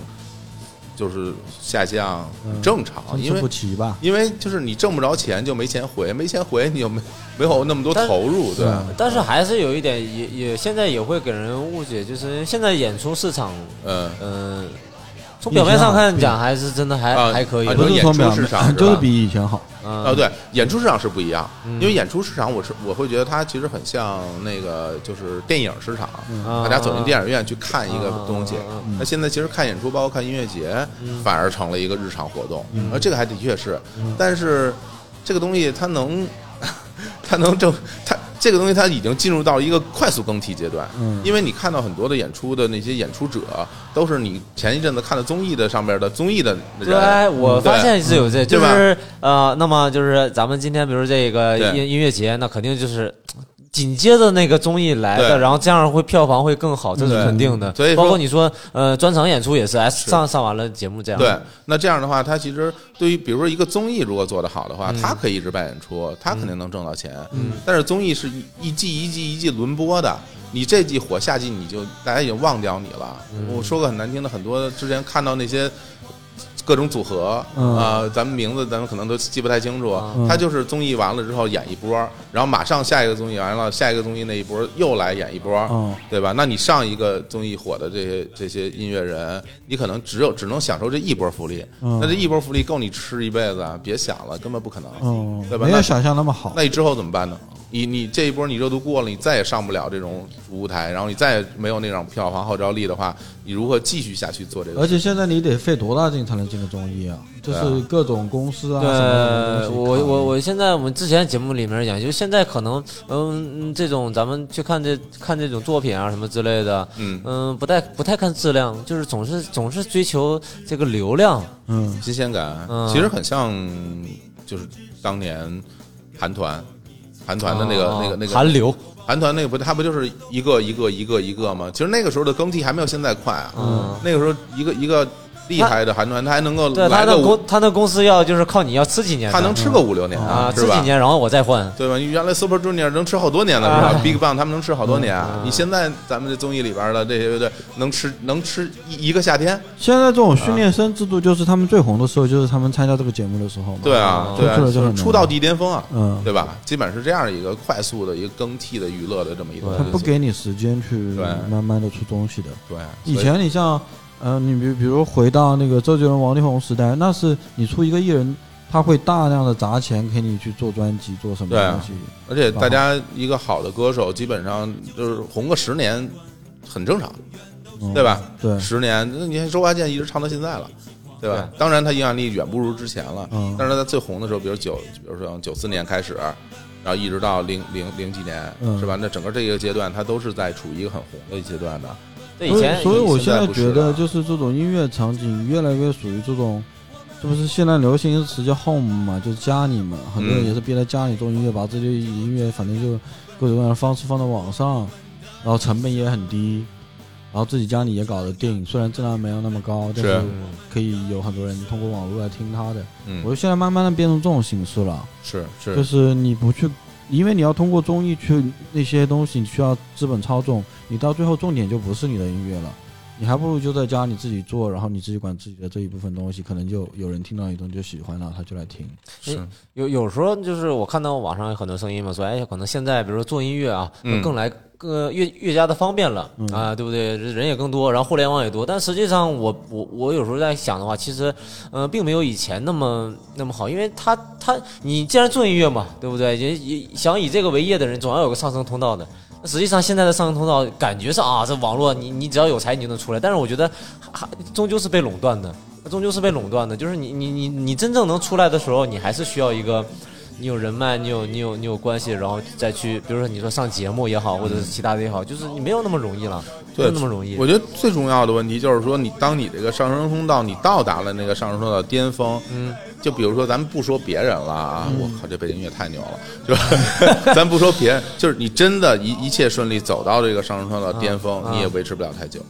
就是下降，很正常，
参
啊因
差
为
不齐吧？
因为就是你挣不着钱就没钱回，没钱回你就没没有那么多
但
投入，对，啊
但是还是有一点，也也现在也会给人误解，就是现在演出市场，
嗯。
嗯、从表面上看讲，还是真的还、
啊
还可以
啊
的。
不
就是演
说
出
表
市
面
场是
就是
吧
比以前好，
嗯
哦，，对，演出市场是不一样，
嗯
因为演出市场，我是我会觉得它其实很像那个就是电影市场，
啊
大家走进电影院去看一个
啊嗯
东西
啊啊。
那现在其实看演出，包括看音乐节，反而成了一个日常活动，
嗯
而这个还的确是，但是这个东西它能， 它能正它。这个东西它已经进入到一个快速更替阶段，
嗯
因为你看到很多的演出的那些演出者，都是你前一阵子看的综艺的上面的综艺的人，
对，我发
对
现是有这，
嗯对
就
吧
是呃，那么就是咱们今天比如这个
对
音音乐节，那肯定就是紧接着那个综艺来的，
对
然后这样会票房会更好，这是
对
肯定的。
所以说
包括你说呃专场演出也是，哎上上完了节目这样。
对，那这样的话，他其实对于比如说一个综艺如果做得好的话，他可以一直办演出，他肯定能挣到钱。嗯，但是综艺是一一季一季一季轮播的，你这季火，下季你就大家已经忘掉你了。我说个很难听的，很多之前看到那些。各种组合啊、
嗯
呃咱们名字咱们可能都记不太清楚。
嗯
他就是综艺完了之后演一波，然后马上下一个综艺完了，下一个综艺那一波又来演一波。
嗯，
对吧？那你上一个综艺火的这些这些音乐人，你可能只有只能享受这一波福利，
嗯
那这一波福利够你吃一辈子啊？别想了，根本不可能，
嗯
对，吧？
没有
那
想象那么好
那。你之后怎么办呢？你你这一波你热度过了，你再也上不了这种舞台，然后你再也没有那种票房号召力的话，你如何继续下去做这个？
而且现在你得费多大劲才能进个综艺啊？就是各种公司啊，
对，
什么啊什么东西
我
看
我我现在我们之前节目里面讲，就现在可能嗯，嗯这种咱们去看这看这种作品啊什么之类的，
嗯
嗯，不太不太看质量，就是总是总是追求这个流量，
嗯
新鲜感
嗯
其实很像，就是当年韩团，韩团的那个、
啊
那个那个
韩流，
韩团那个不，它不就是一个一个一个一个吗？其实那个时候的更替还没有现在快啊。
嗯
那个时候一个一个厉害的韩团，他还能够
对他
来个
的
五，
公他的公司要就是靠你要吃几年的，
他能吃个五六年
啊
是
吃几
吧？
年，然后我再换。
对吧？你原来 Super Junior 能吃好多年的是
啊
吧？Big Bang 他们能吃好多年。啊
嗯
你现在咱们这综艺里边的这些乐队能吃能吃一一个夏天？
现在这种训练生制度，就是他们最红的时候，就是他们参加这个节目的时候嘛。
对
嗯
啊，对啊，
出了
就
就很
是
难
出道即巅峰啊，
嗯
对吧？基本是这样一个快速的一个更替的娱乐的这么一个
他
东西。
不给你时间去
对
慢慢的出东西的。
对，
以
所
前你像，呃，你比比如回到那个周杰伦、王力宏时代，那是你出一个艺人，他会大量的砸钱给你去做专辑，做什么
对啊
东西。
而且大
啊
家一个好的歌手，基本上就是红个十年，很正常，
嗯
对？吧？
对
十年，那你看周华健一直唱到现在了，对吧？当然他影响力远不如之前了，
嗯
但是他在最红的时候，比如九，比如说九四年开始，然后一直到零零零几年，
嗯
是吧？那整个这个阶段，他都是在处于一个很红的一阶段的，
对，以
所
前
以，所以我现在
现在不是啊
觉得，
了
就是这种音乐场景越来越属于这种，这不是现在流行一个词叫 home 嘛，就是家里嘛，很多人
嗯
也是憋在家里做音乐，把自己的音乐反正就各种各样的方式放到网上，然后成本也很低，然后自己家里也搞得定，虽然质量没有那么高，但
是
是可以有很多人通过网络来听他的。我
嗯，
就现在慢慢的变成这种形式了，
是，
就是是你不去，因为你要通过综艺去那些东西，你需要资本操纵，你到最后重点就不是你的音乐了，你还不如就在家你自己做，然后你自己管自己的这一部分东西，可能就有人听到你东西就喜欢了，他就来听。
是，
有有时候就是我看到网上有很多声音嘛，说哎，可能现在比如说做音乐啊，
嗯
更来更呃越越加的方便了、啊，对不对？人也更多，然后互联网也多，但实际上我我我有时候在想的话，其实呃，并没有以前那么那么好，因为他他你既然做音乐嘛，对不对？也也想以这个为业的人，总要有个上升通道的。那实际上现在的上升通道，感觉上啊，这网络你你只要有才你就能出来，但是我觉得还终究是被垄断的，终究是被垄断的。就是你你你你真正能出来的时候，你还是需要一个你有人脉，你有你有你有关系，然后再去，比如说你说上节目也好，或者是其他的也好，就是你没有那么容易了，没
对，
有那么容易。
我觉得最重要的问题就是说，你当你这个上升通道，你到达了那个上升通道巅峰，嗯，就比如说咱们不说别人了啊，我靠，这背景音乐太牛了，就是 咱不说别人，就是你真的一一切顺利走到这个上升通道巅峰，
啊
你也维持不了太久。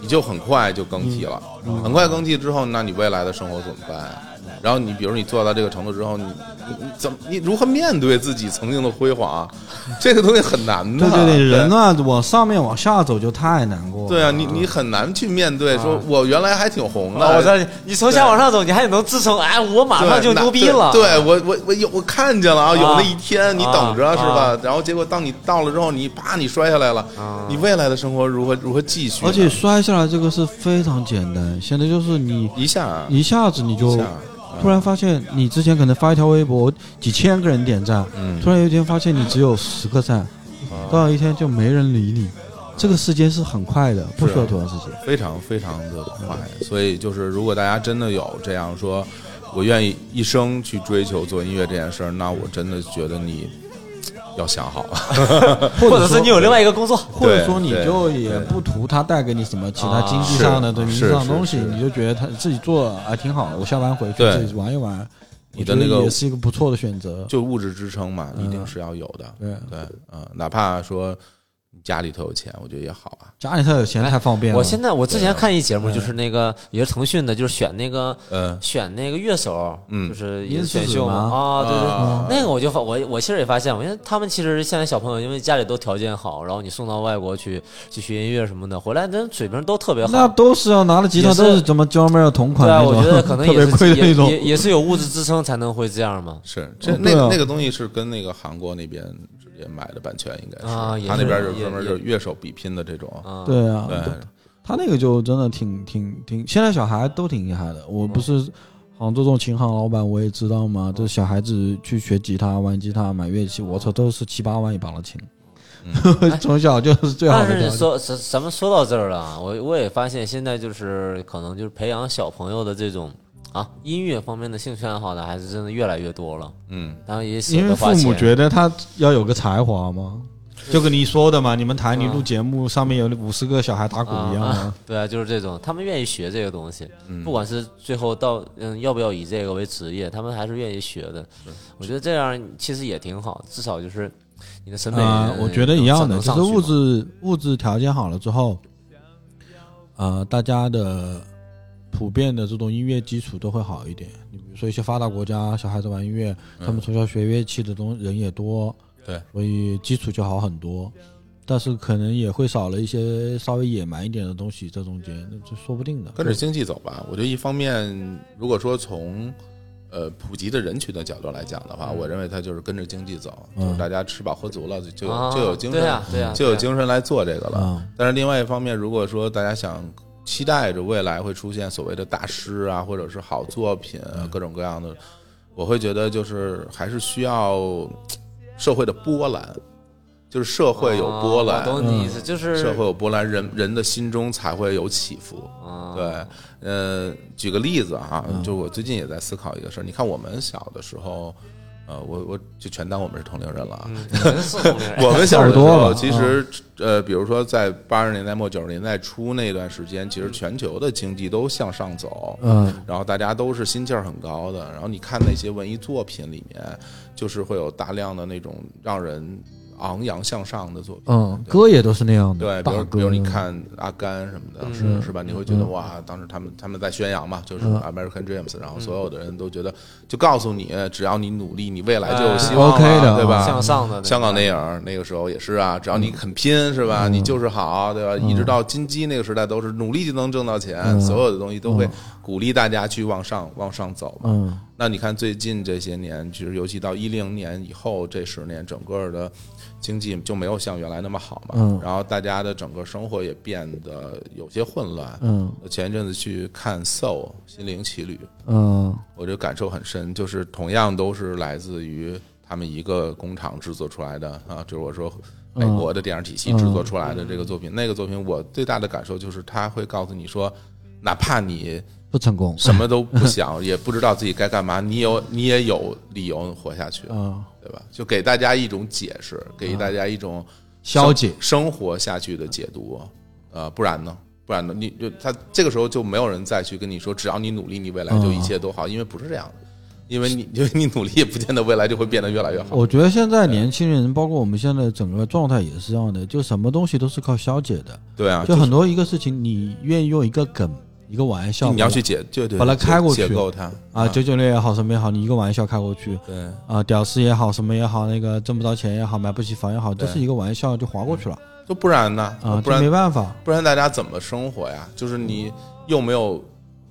你就很快就更替了，很快更替之后，那你未来的生活怎么办呀、然后你比如你做到这个程度之后，你你你怎么你如何面对自己曾经的辉煌？啊这个东西很难的。
对对对，人呢往上面往下走就太难
哦
过了。
对啊，你你很难去面对，说我原来还挺红的，
啊啊，我知道你，你从下往上走，你还得能自称，哎，我马
对
上就
那
牛逼了。
对对我我我有我看见了啊，有
啊
那一天，你等着
啊啊
是吧？然后结果当你到了之后，你啪你摔下来了，你未来的生活如何如何继续呢？
而且摔下来这个是非常简单，现在就是你
一下啊
一下子你
一
就
下啊
突然发现，你之前可能发一条微博几千个人点赞，
嗯
突然有一天发现你只有十个赞，到有一天就没人理你。这个时间是很快的，不需要多长时间。
非常非常的快，所以就是如果大家真的有这样说，我愿意一生去追求做音乐这件事儿，那我真的觉得你要想好，
或
或者是你有另外一个工作，
或者说你
对
就也
对
不图他带给你什么其他
啊
经济上的
是
对名
是
义上的东
是
西，
是
你就觉得他自己做啊挺好的，我下班回去
对
自己玩一玩，
你的那
我觉
个
得也是一个不错的选择。
就物质支撑嘛，
嗯
一定是要有的。
对，
对，嗯，哪怕说你家里头有钱，我觉得也好啊。
家里头有钱太方便了。
哎我现在我之前看一节目，就是那个也是腾讯的，就是选那个
嗯，
选那个乐手，
嗯
就是
音
也
速
选秀嘛
嘛
啊，对对，
啊
那个我就发我我其实也发现，我因为他们其实现在小朋友，因为家里都条件好，然后你送到外国去去学音乐什么的，回来人水平都特别
那
好。
都是啊，拿了吉他
也是
都是怎么 j o h m e r 同款
对啊，
那
我
种，
觉得可能
特
也
别贵
是
的
也
那种。
也也是有物质支撑才能会这样嘛。
是，这
哦
那
对啊
个那个东西是跟那个韩国那边直接买的版权，应该
啊也
他那
是
边就
也
专门
也
就是乐手比拼的这种。
啊，
对啊，
对，
他那个就真的挺挺挺，现在小孩都挺厉害的。我不是杭州这种琴行老板，我也知道
嗯
嘛，这小孩子去学吉他、玩吉他、买乐器，我操，都是七八万一把的琴，
嗯
从小就是最好
但
的条
是
件。
说咱咱们说到这儿了啊，我我也发现现在就是可能就是培养小朋友的这种啊音乐方面的兴趣爱好呢，还是真的越来越多了。
嗯，
当然也舍
因为
得
父
花
母
钱。
觉得他要有个才华嘛，就跟你说的嘛，你们台里录节目，上面有五十个小孩打鼓一样
嗯啊
嘛。
对啊，就是这种，他们愿意学这个东西，
嗯
不管是最后到嗯要不要以这个为职业，他们还是愿意学的。我觉得这样其实也挺好，至少就是你的审美，
啊、我觉得一样的，
能
就
上
是
去嘛
物质物质条件好了之后，呃，大家的普遍的这种音乐基础都会好一点。你比如说一些发达国家，小孩子玩音乐，
嗯
他们从小学乐器的东人也多，
对，
所以基础就好很多。但是可能也会少了一些稍微野蛮一点的东西在中间，那这说不定的。嗯
跟着经济走吧。我觉得一方面，如果说从呃普及的人群的角度来讲的话，
嗯
我认为它就是跟着经济走，
嗯
就是大家吃饱喝足了，就就
啊
有就有精
对
神
啊对啊
就有
对啊
精神来做这个了。
啊，
但是另外一方面，如果说大家想期待着未来会出现所谓的大师啊，或者是好作品啊，
嗯
各种各样的，我会觉得就是还是需要嘖社会的波澜，就是社会有波
啊
澜，
我懂你意思，就是
社会有波澜，人人的心中才会有起伏。
啊，
对，呃，举个例子哈，
嗯
就我最近也在思考一个事儿。你看我们小的时候，呃，我我就全当我们是同龄人了啊。
嗯，人是 同龄人
我们小的
差不
时
多嗯
候，
了
其实呃，比如说在八十年代末九十年代初那段时间，其实全球的经济都向上走，
嗯，
然后大家都是心气儿很高的。然后你看那些文艺作品里面，就是会有大量的那种让人昂扬向上的作品。
嗯，
对
歌也都是那嗯样的，
对，比
大
如
歌
比如你看阿甘什么的，是是吧？你会觉得哇，当时他们他们在宣扬嘛，就是
嗯
American Dreams，然后所有的人都觉得，就告诉你，只要你努力，你未来就有希望
哎，OK
了，
的
对吧？
向上的那种
香港电影那个时候也是啊，只要你肯拼，是吧？你就是好，对吧？一直到金鸡那个时代，都是努力就能挣到钱，所有的东西都会鼓励大家去往上往上走嘛。
嗯，
那你看最近这些年，其实尤其到一零年以后这十年，整个的经济就没有像原来那么好嘛。
嗯
然后大家的整个生活也变得有些混乱。
嗯
我前一阵子去看《Soul 心灵奇旅》，
嗯
我就感受很深，就是同样都是来自于他们一个工厂制作出来的啊，就是我说
嗯
美国的电影体系制作出来的这个作品，那个作品我最大的感受就是他会告诉你说，哪怕你
不成功，
什么都不想，也不知道自己该干嘛，你有你也有理由活下去，
啊，
对吧？就给大家一种解释，给大家一种
消解
生生活下去的解读，呃，不然呢？不然呢？你就他这个时候就没有人再去跟你说，只要你努力，你未来
嗯
就一切都好，因为不是这样的，因为你因 为你努力，也不见得未来就会变得越来越好。
我觉得现在年轻人，包括我们现在整个状态也是这样的，就什么东西都是靠消解的，
对啊，
就很多一个事情，你愿意用一个梗、一个玩笑，
你要去解，对对，
把它开过去
解构它
啊，九九六也好，什么也好，你一个玩笑开过去
对
啊，屌丝也好，什么也好，那个挣不着钱也好，买不起房也好，
对
这是一个玩笑就划过去了
就不然呢？
啊，这
不然
没办法，
不然大家怎么生活呀？就是你又没有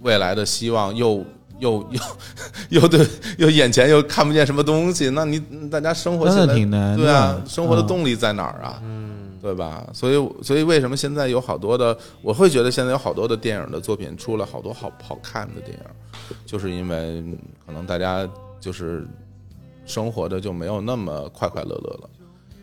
未来的希望，又又 又又对，又眼前又看不见什么东西，那你大家生活起
真的
来
挺难的，
对啊，生活的
啊嗯
动力在哪儿啊？对吧？所以，所以为什么现在有好多的，我会觉得现在有好多的电影的作品出了好多好好看的电影，就是因为可能大家就是生活的就没有那么快快乐乐了，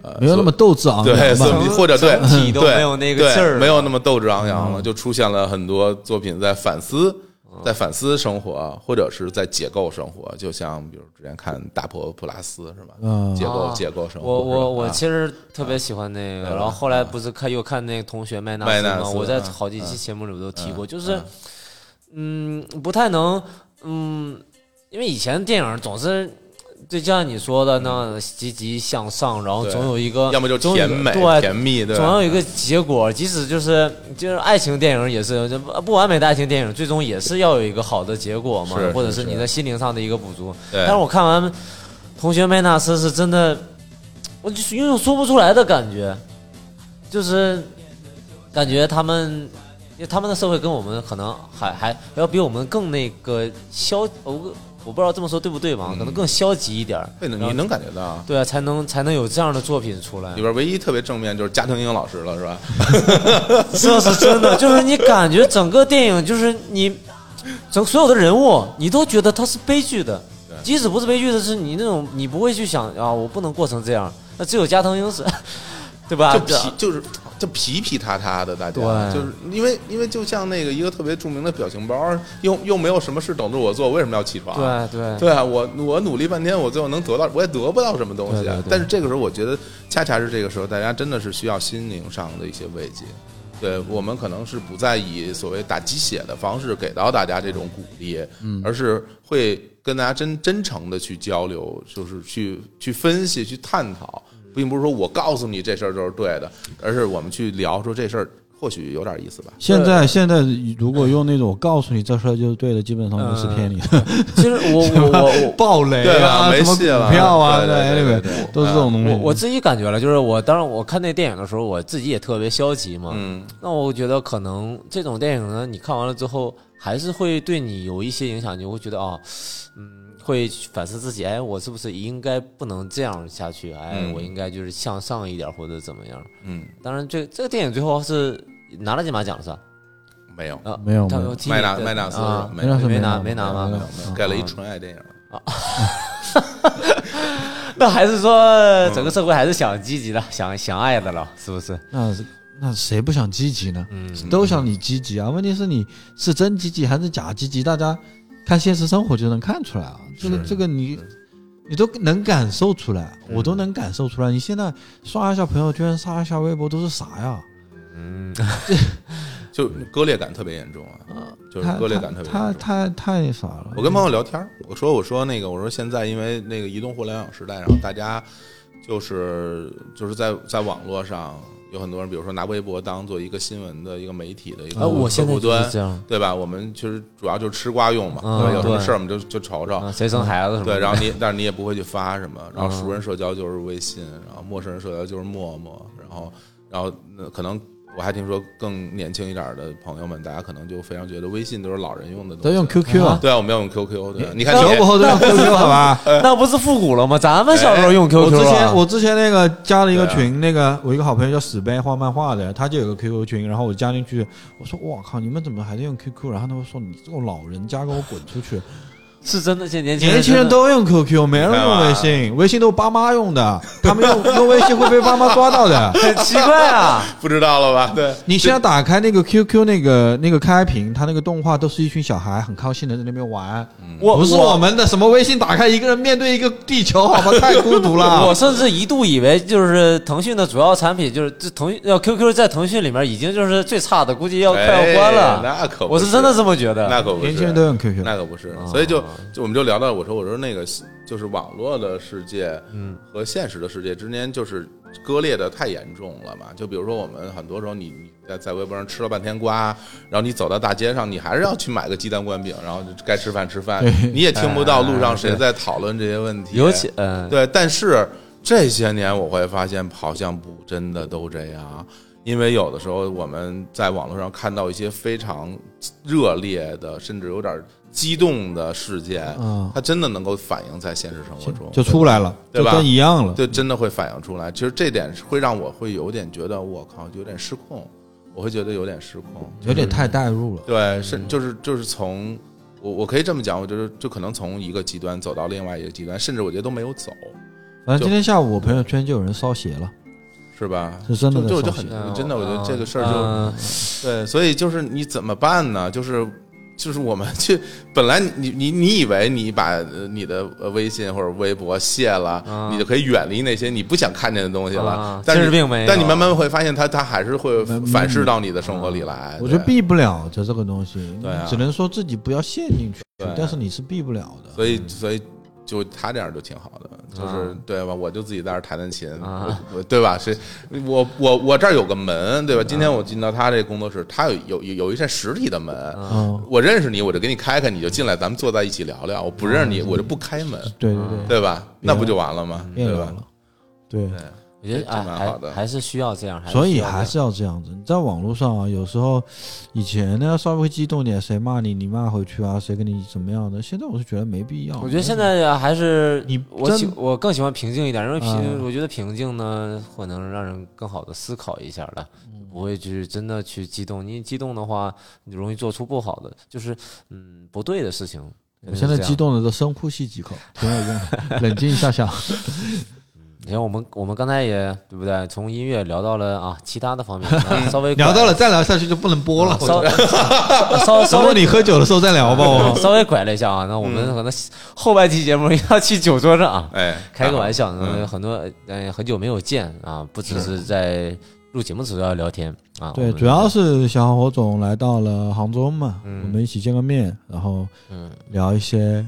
呃，
啊没有那么斗志昂扬啊
对，所
吧，
以或者对
整体都
对
没有那个劲儿
对
了
没有那么斗志昂扬了，
嗯
就出现了很多作品在反思，
嗯
在反思生活，或者是在解构生活。就像比如之前看《大婆普拉斯》是吧？
嗯
解构
啊
解构生活。
我
是吧
我我
啊
其实特别喜欢那个，
对吧
然后后来不是看又看那个同学麦纳
麦
斯
纳
嘛，
斯
我在
嗯
好几期节目里我都提过，
嗯
就是嗯不太能嗯，因为以前电影总是。就像你说的那积极向上，然后
嗯对
总有一个，
要么就
总有
甜美
对，
甜蜜，对吧，嗯
总要有一个结果，即使就是就是爱情电影也是，就不不完美的爱情电影，最终也是要有一个好的结果嘛
是，
或者
是
是你
是
在心灵上的一个补足。
对
但是我看完《同学麦纳斯》是真的，我就是有种说不出来的感觉，就是感觉他们。因为他们的社会跟我们可能还还要比我们更那个消，我我不知道这么说对不对嘛，可能更消极一点儿
对，你嗯能感觉到啊。
对啊，才能才能有这样的作品出来
里。边唯一特别正面就是加藤鹰老师了，是吧？
这是真的，就是你感觉整个电影就是你，整所有的人物，你都觉得他是悲剧的，即使不是悲剧的是你那种你不会去想啊，我不能过成这样。那只有加藤鹰是， 啊对吧？
就皮就是就皮皮塌塌的，大家
对
就是因为因为就像那个一个特别著名的表情包，又又没有什么事等着我做，为什么要起床？
对对
对啊，我我努力半天，我最后能得到，我也得不到什么东西
对
啊。
对对
但是这个时候，我觉得恰恰是这个时候，大家真的是需要心灵上的一些慰藉。对我们可能是不再以所谓打鸡血的方式给到大家这种鼓励，嗯，而是会跟大家真真诚的去交流，就是去去分析、去探讨，
嗯
并不是说我告诉你这事儿就是对的，而是我们去聊说这事儿或许有点意思吧。
现在现在如果用那种我告诉你这事儿就是对的，基本上都是
嗯
骗你的，
其实我 我我我
暴雷
对吧
啊，
没
什么
戏了
股票啊，
对对对对对
对，都是这种东西。
我
嗯
我自己感觉了，就是我当然我看那电影的时候，我自己也特别消极嘛。
嗯，
那我觉得可能这种电影呢，你看完了之后，还是会对你有一些影响，你会觉得啊，嗯，会反思自己，哎，我是不是应该不能这样下去？哎，
嗯
我应该就是向上一点或者怎么样？
嗯，
当然这这个电影最后是拿了金马奖是吧？
没有，
啊，
没有
他
没有
提
麦纳
对
麦纳斯
啊
没
没拿
有
什么
没拿
用
没拿吗
没有嗯
给
嗯
了一纯爱电影。
那还是说
嗯
整个社会还是想积极的，想想爱的了，是不是？
那是那谁不想积极呢？
嗯
都想你积极啊。问题是你是真积极还是假积极？大家看现实生活就能看出来啊。这个这个你你都能感受出来，我
嗯
都能感受出来。你现在刷一下朋友圈，刷一下微博，都是啥呀？
就割裂感特别严重啊，就是
太
割裂感特别
太
严重。
太太啥了。
我跟朋友聊天儿，我说我说那个我说现在因为那个移动互联网时代，然后大家就是就是在在网络上有很多人，比如说拿微博当做一个新闻的一个媒体的一个
啊，我现
嗯客
在
户
就是
端，
这样
对吧？我们其实主要就是吃瓜用嘛，
嗯
对吧有什么
对
事儿我们就就瞅瞅
啊，，谁生孩子什么的？
对，然后你，但是你也不会去发什么，然后熟
嗯
人社交就是微信，然后陌生人社交就是陌陌，然后，然后那可能我还听说更年轻一点的朋友们，大家可能就非常觉得微信都是老人用的东西，
都用 QQ 啊，
对啊，我们要用 QQ，对啊，你看
九
你
五后 都用 QQ 好吧？
啊那不是复古了吗？咱们小时
哎
候用 QQ
我之
啊
前我之前那个加了一个
对啊
群，那个我一个好朋友叫死呗画漫画的，他就有个 QQ 群，然后我加进去，我说我靠，你们怎么还在用 QQ？然后他们说你这种老人家给我滚出去！
是真的，现在年轻人
年轻人
真的
都用 QQ，没人用微信，微信都是爸妈用的，他们用 用微信会被爸妈抓到 的。
很奇怪啊。
不知道了吧？对，
你现在打开那个 QQ 那个那个开屏，它那个动画都是一群小孩很高兴的在那边玩，
嗯我
不是嗯我们的什么微信打开一个人面对一个地球，好吧，太孤独
啊
了。
我甚至一度以为，就是腾讯的主要产品，就是这腾讯要 QQ 在腾讯里面已经就是最差的，估计要快要关了。
哎那可不
我是真的这么觉
那
得。
可不是，
年轻人都用 QQ，
那可不是，所以就就我们就聊到我说我说那个就是网络的世界，嗯，和现实的世界之间就是割裂的太严重了嘛。就比如说我们很多时候你你在在微博上吃了半天瓜，然后你走到大街上，你还是要去买个鸡蛋灌饼，然后就该吃饭吃饭，你也听不到路上谁在讨论这些问题，
尤其嗯，
对，但是这些年我会发现，好像不真的都这样，因为有的时候我们在网络上看到一些非常热烈的，甚至有点激动的事件，
嗯
它真的能够反映在现实生活中，
就出来了，
对
就
吧
跟一样了。
对，真的会反映出来。其实这点会让我会有点觉得，我靠，有点失控，我会觉得有点失控。
有
嗯
点太代入了。
对，是
嗯
就是就是从我我可以这么讲，我觉得就可能从一个极端走到另外一个极端，甚至我觉得都没有走，
反正今天下午我朋友圈就有人烧鞋了，
是吧？
是真的在
就就就
烧
很
鞋
嗯
真的，我觉得这个事儿就、
嗯
对，所以就是你怎么办呢？就是就是我们 去，本来你你你以为你把呃你的呃微信或者微博卸了，
啊
你就可以远离那些你不想看见的东西了，
啊
但
其
是
实并没有
但你慢慢会发现它，它还是会反噬到你的生活里
哎
来。
我觉
啊
得
对
避不了的这个东西，
对啊
你只能说自己不要陷进去
对，
但是你
啊
是避不了的。
所以所以。就他这样就挺好的，就是、对吧？我就自己在这儿弹弹琴，
啊
我我对吧？谁我我我这儿有个门，对吧？
啊
今天我进到他这工作室，他有有有有一扇实体的门，
啊
嗯，
我认识你，我就给你开开，你就进来，咱们坐在一起聊聊。我不认识
啊
你，我就不开门，
对对对，
对吧？那不就完了吗？
变
对
了
吧？
了，对。
我觉得哎，
这蛮好的
还还是需要这样，
所以
需要这
还
样
是要这样子。你在网络上啊，有时候以前呢稍微会激动点，谁骂你你骂回去啊，谁跟你怎么样的。现在我是觉哦得没必要。
我觉得现在还是
你
我
真
喜我更喜欢平静一点，因为平、
啊
我觉得平静呢，可能让人更好的思考一下了，
嗯
不会去真的去激动。你激动的话，你容易做出不好的，就是嗯不对的事情。
我现在激
动。
动了都深呼吸几口，挺有用的，冷静一下 下。
你看，我们我们刚才也对不对？从音乐聊到了啊，其他的 方面，啊稍微啊
聊到了，再聊下去就不能播了。
稍 稍稍
等我
微
你喝酒的时候再聊吧。我 嗯
稍微拐了一下啊。那我们可能后半期节目要去酒桌上啊，
哎，
开个玩
笑，
笑，嗯，很多呃很久没有见啊，不只是在录节目的时候要聊天啊。我
对，
们
主要是小火总来到了杭州嘛，我们一起见个面，然后
嗯
聊一些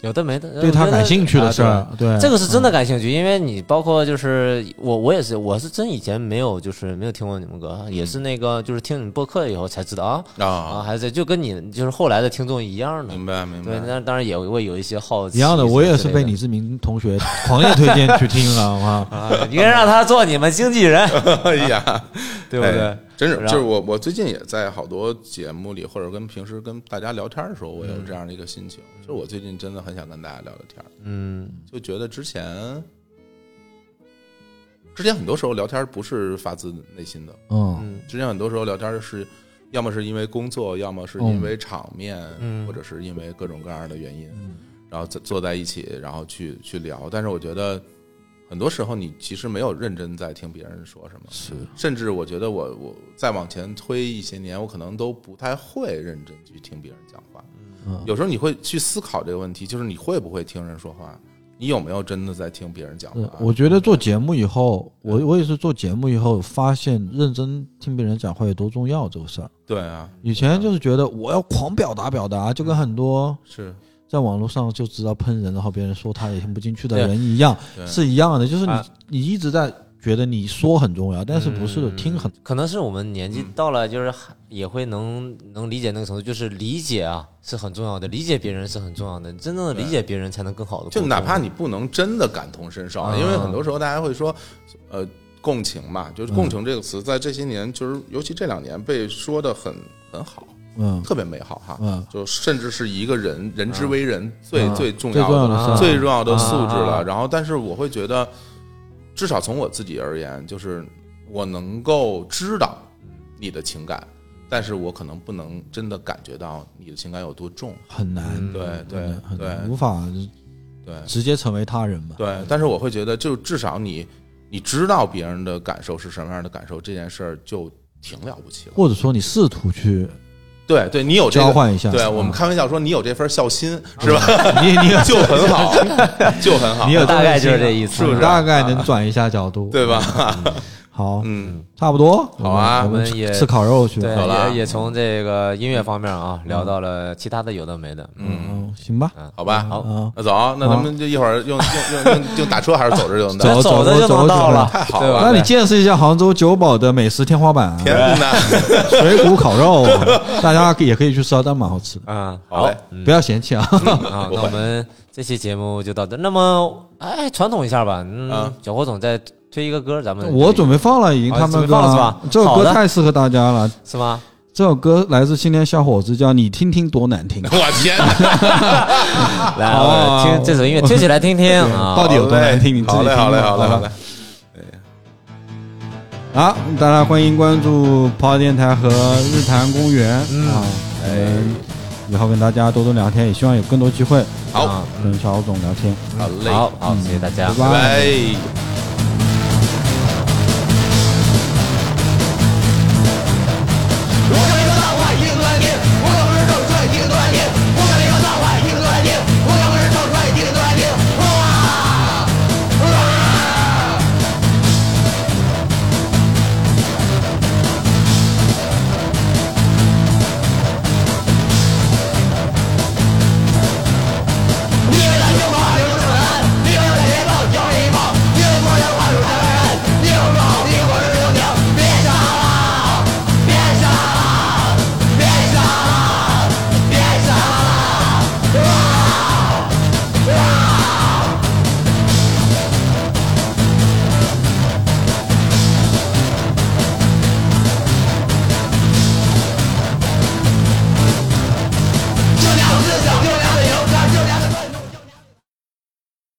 有的没的，
对他
我觉得
感兴趣的事
啊
儿。对，嗯
对这个是真的感兴趣，因为你包括就是我，我也是，我是真以前没有就是没有听过你们歌，也是那个就是听你们播客以后才知道啊啊，
啊，
还是就跟你就是后来的听众一样的。
明白明
对，
白。
那当然也会有一些好
嗯
奇
一样的，我也是
之类
被
的
李志明同学狂烈推荐去听了， 哇。
啊，你应该让他做你们经纪 人，
哎呀，
啊对不对
哎？真是，
然
就
后
是我，我最近也在好多节目里，或者跟平时跟大家聊天的时候，我有这样的一个心情，就是我最近真的很想跟大家聊聊天，
嗯，
就觉得之前，之前很多时候聊天不是发自内心的，
嗯，
嗯
之前很多时候聊天是，要么是因为工作，要么是因为场面，
嗯
或者是因为各种各样的原
嗯
因，然后坐坐在一起，然后去去聊。但是我觉得，很多时候你其实没有认真在听别人说什么，
是
甚至我觉得我我再往前推一些年，我可能都不太会认真去听别人讲话。
嗯
有时候你会去思考这个问题，就是你会不会听人说话，你有没有真的在听别人讲
是
话？
嗯我觉得做节目以后，
嗯
我我也是做节目以后发现，认真听别人讲话有多重要这个事儿。
对啊，
以前就是觉得我要狂表达表达，就跟
嗯
很多
是
在网络上就知道喷人，然后别人说他也听不进去的
对
人一样，
对
是一样的。就是你
啊
你一直在觉得你说很重要，但是不是
嗯
听很嗯
可能是我们年纪到了，就是还也会能能理解那个程度，就是理解啊是很重要的，理解别人是很重要的，真正的理解别人才能更好的。
就哪怕你不能真的感同身受，
啊
因为很多时候大家会说，呃，共情嘛，
嗯
就是共情这个词，在这些年，就是尤其这两年被说的很很好，
嗯
特别美好哈。
嗯
就甚至是一个人人之为人最、
嗯
最重
最
要
重要
的、
的事儿，
最重要的素质了。
啊
然后，但是我会觉得，至少从我自己而言，就是我能够知道你的情感，但是我可能不能真的感觉到你的情感有多重。
很难，
对嗯对
嗯很
对
难，无法
对
直接成为他人吧。
对，但是我会觉得，就至少你你知道别人的感受是什么样的感受，这件事儿就挺了不起了。
或者说你试图去
对对，你有这
交
个。
换一下，
对我们
啊
开玩笑说你有这份孝心 是吧？
你你 有
就很好，就很好，
你有
大概就是
这
这
个
意
心啊，
思
是不
你
是
大概能转一下角度，
对吧？
好，
嗯，
差不多，
好啊
我们
我们也
吃烤肉去。
对，
好了
也也从这个音乐方面啊聊到了其他的有的没的，嗯，
嗯，行吧，
好吧，
好
啊，
那走，那咱们就一会儿用用用用用打车还是走着就能
走
嗯
到？
走着就
走走
能到
走
了，
太好
对
了
吧
那你见识一下杭州九堡的美食天花板啊，
天哪，
水谷烤 肉，大家也可以去吃啊，但蛮好吃的，
嗯，
好 嘞
嗯
不要嫌弃啊。
啊，
不
那
会
我们这期节目就到这。那么，哎，传统一下吧，嗯
啊，
小霍总再推一个歌，咱 们
我准备放了，已经
啊
他们
准备
歌
放了是
啊
吧
这首
好
歌
的
太适合大家了。
是吗？
这首歌来自青年小伙子，叫你听听多难 听，
我天哪！
来，
好
我听这首音乐，听起来听听啊。
哦到底有多难听？你自己
好嘞，
听
好嘞，
吧
好嘞，好嘞。。
好，大家欢迎关注跑跑电台和日坛公园
嗯
啊，我
哎
们以后跟大家多多聊天，也希望有更多机会
好，
跟小伙总聊天。
好嘞，
好好，谢谢大家。
拜
拜拜。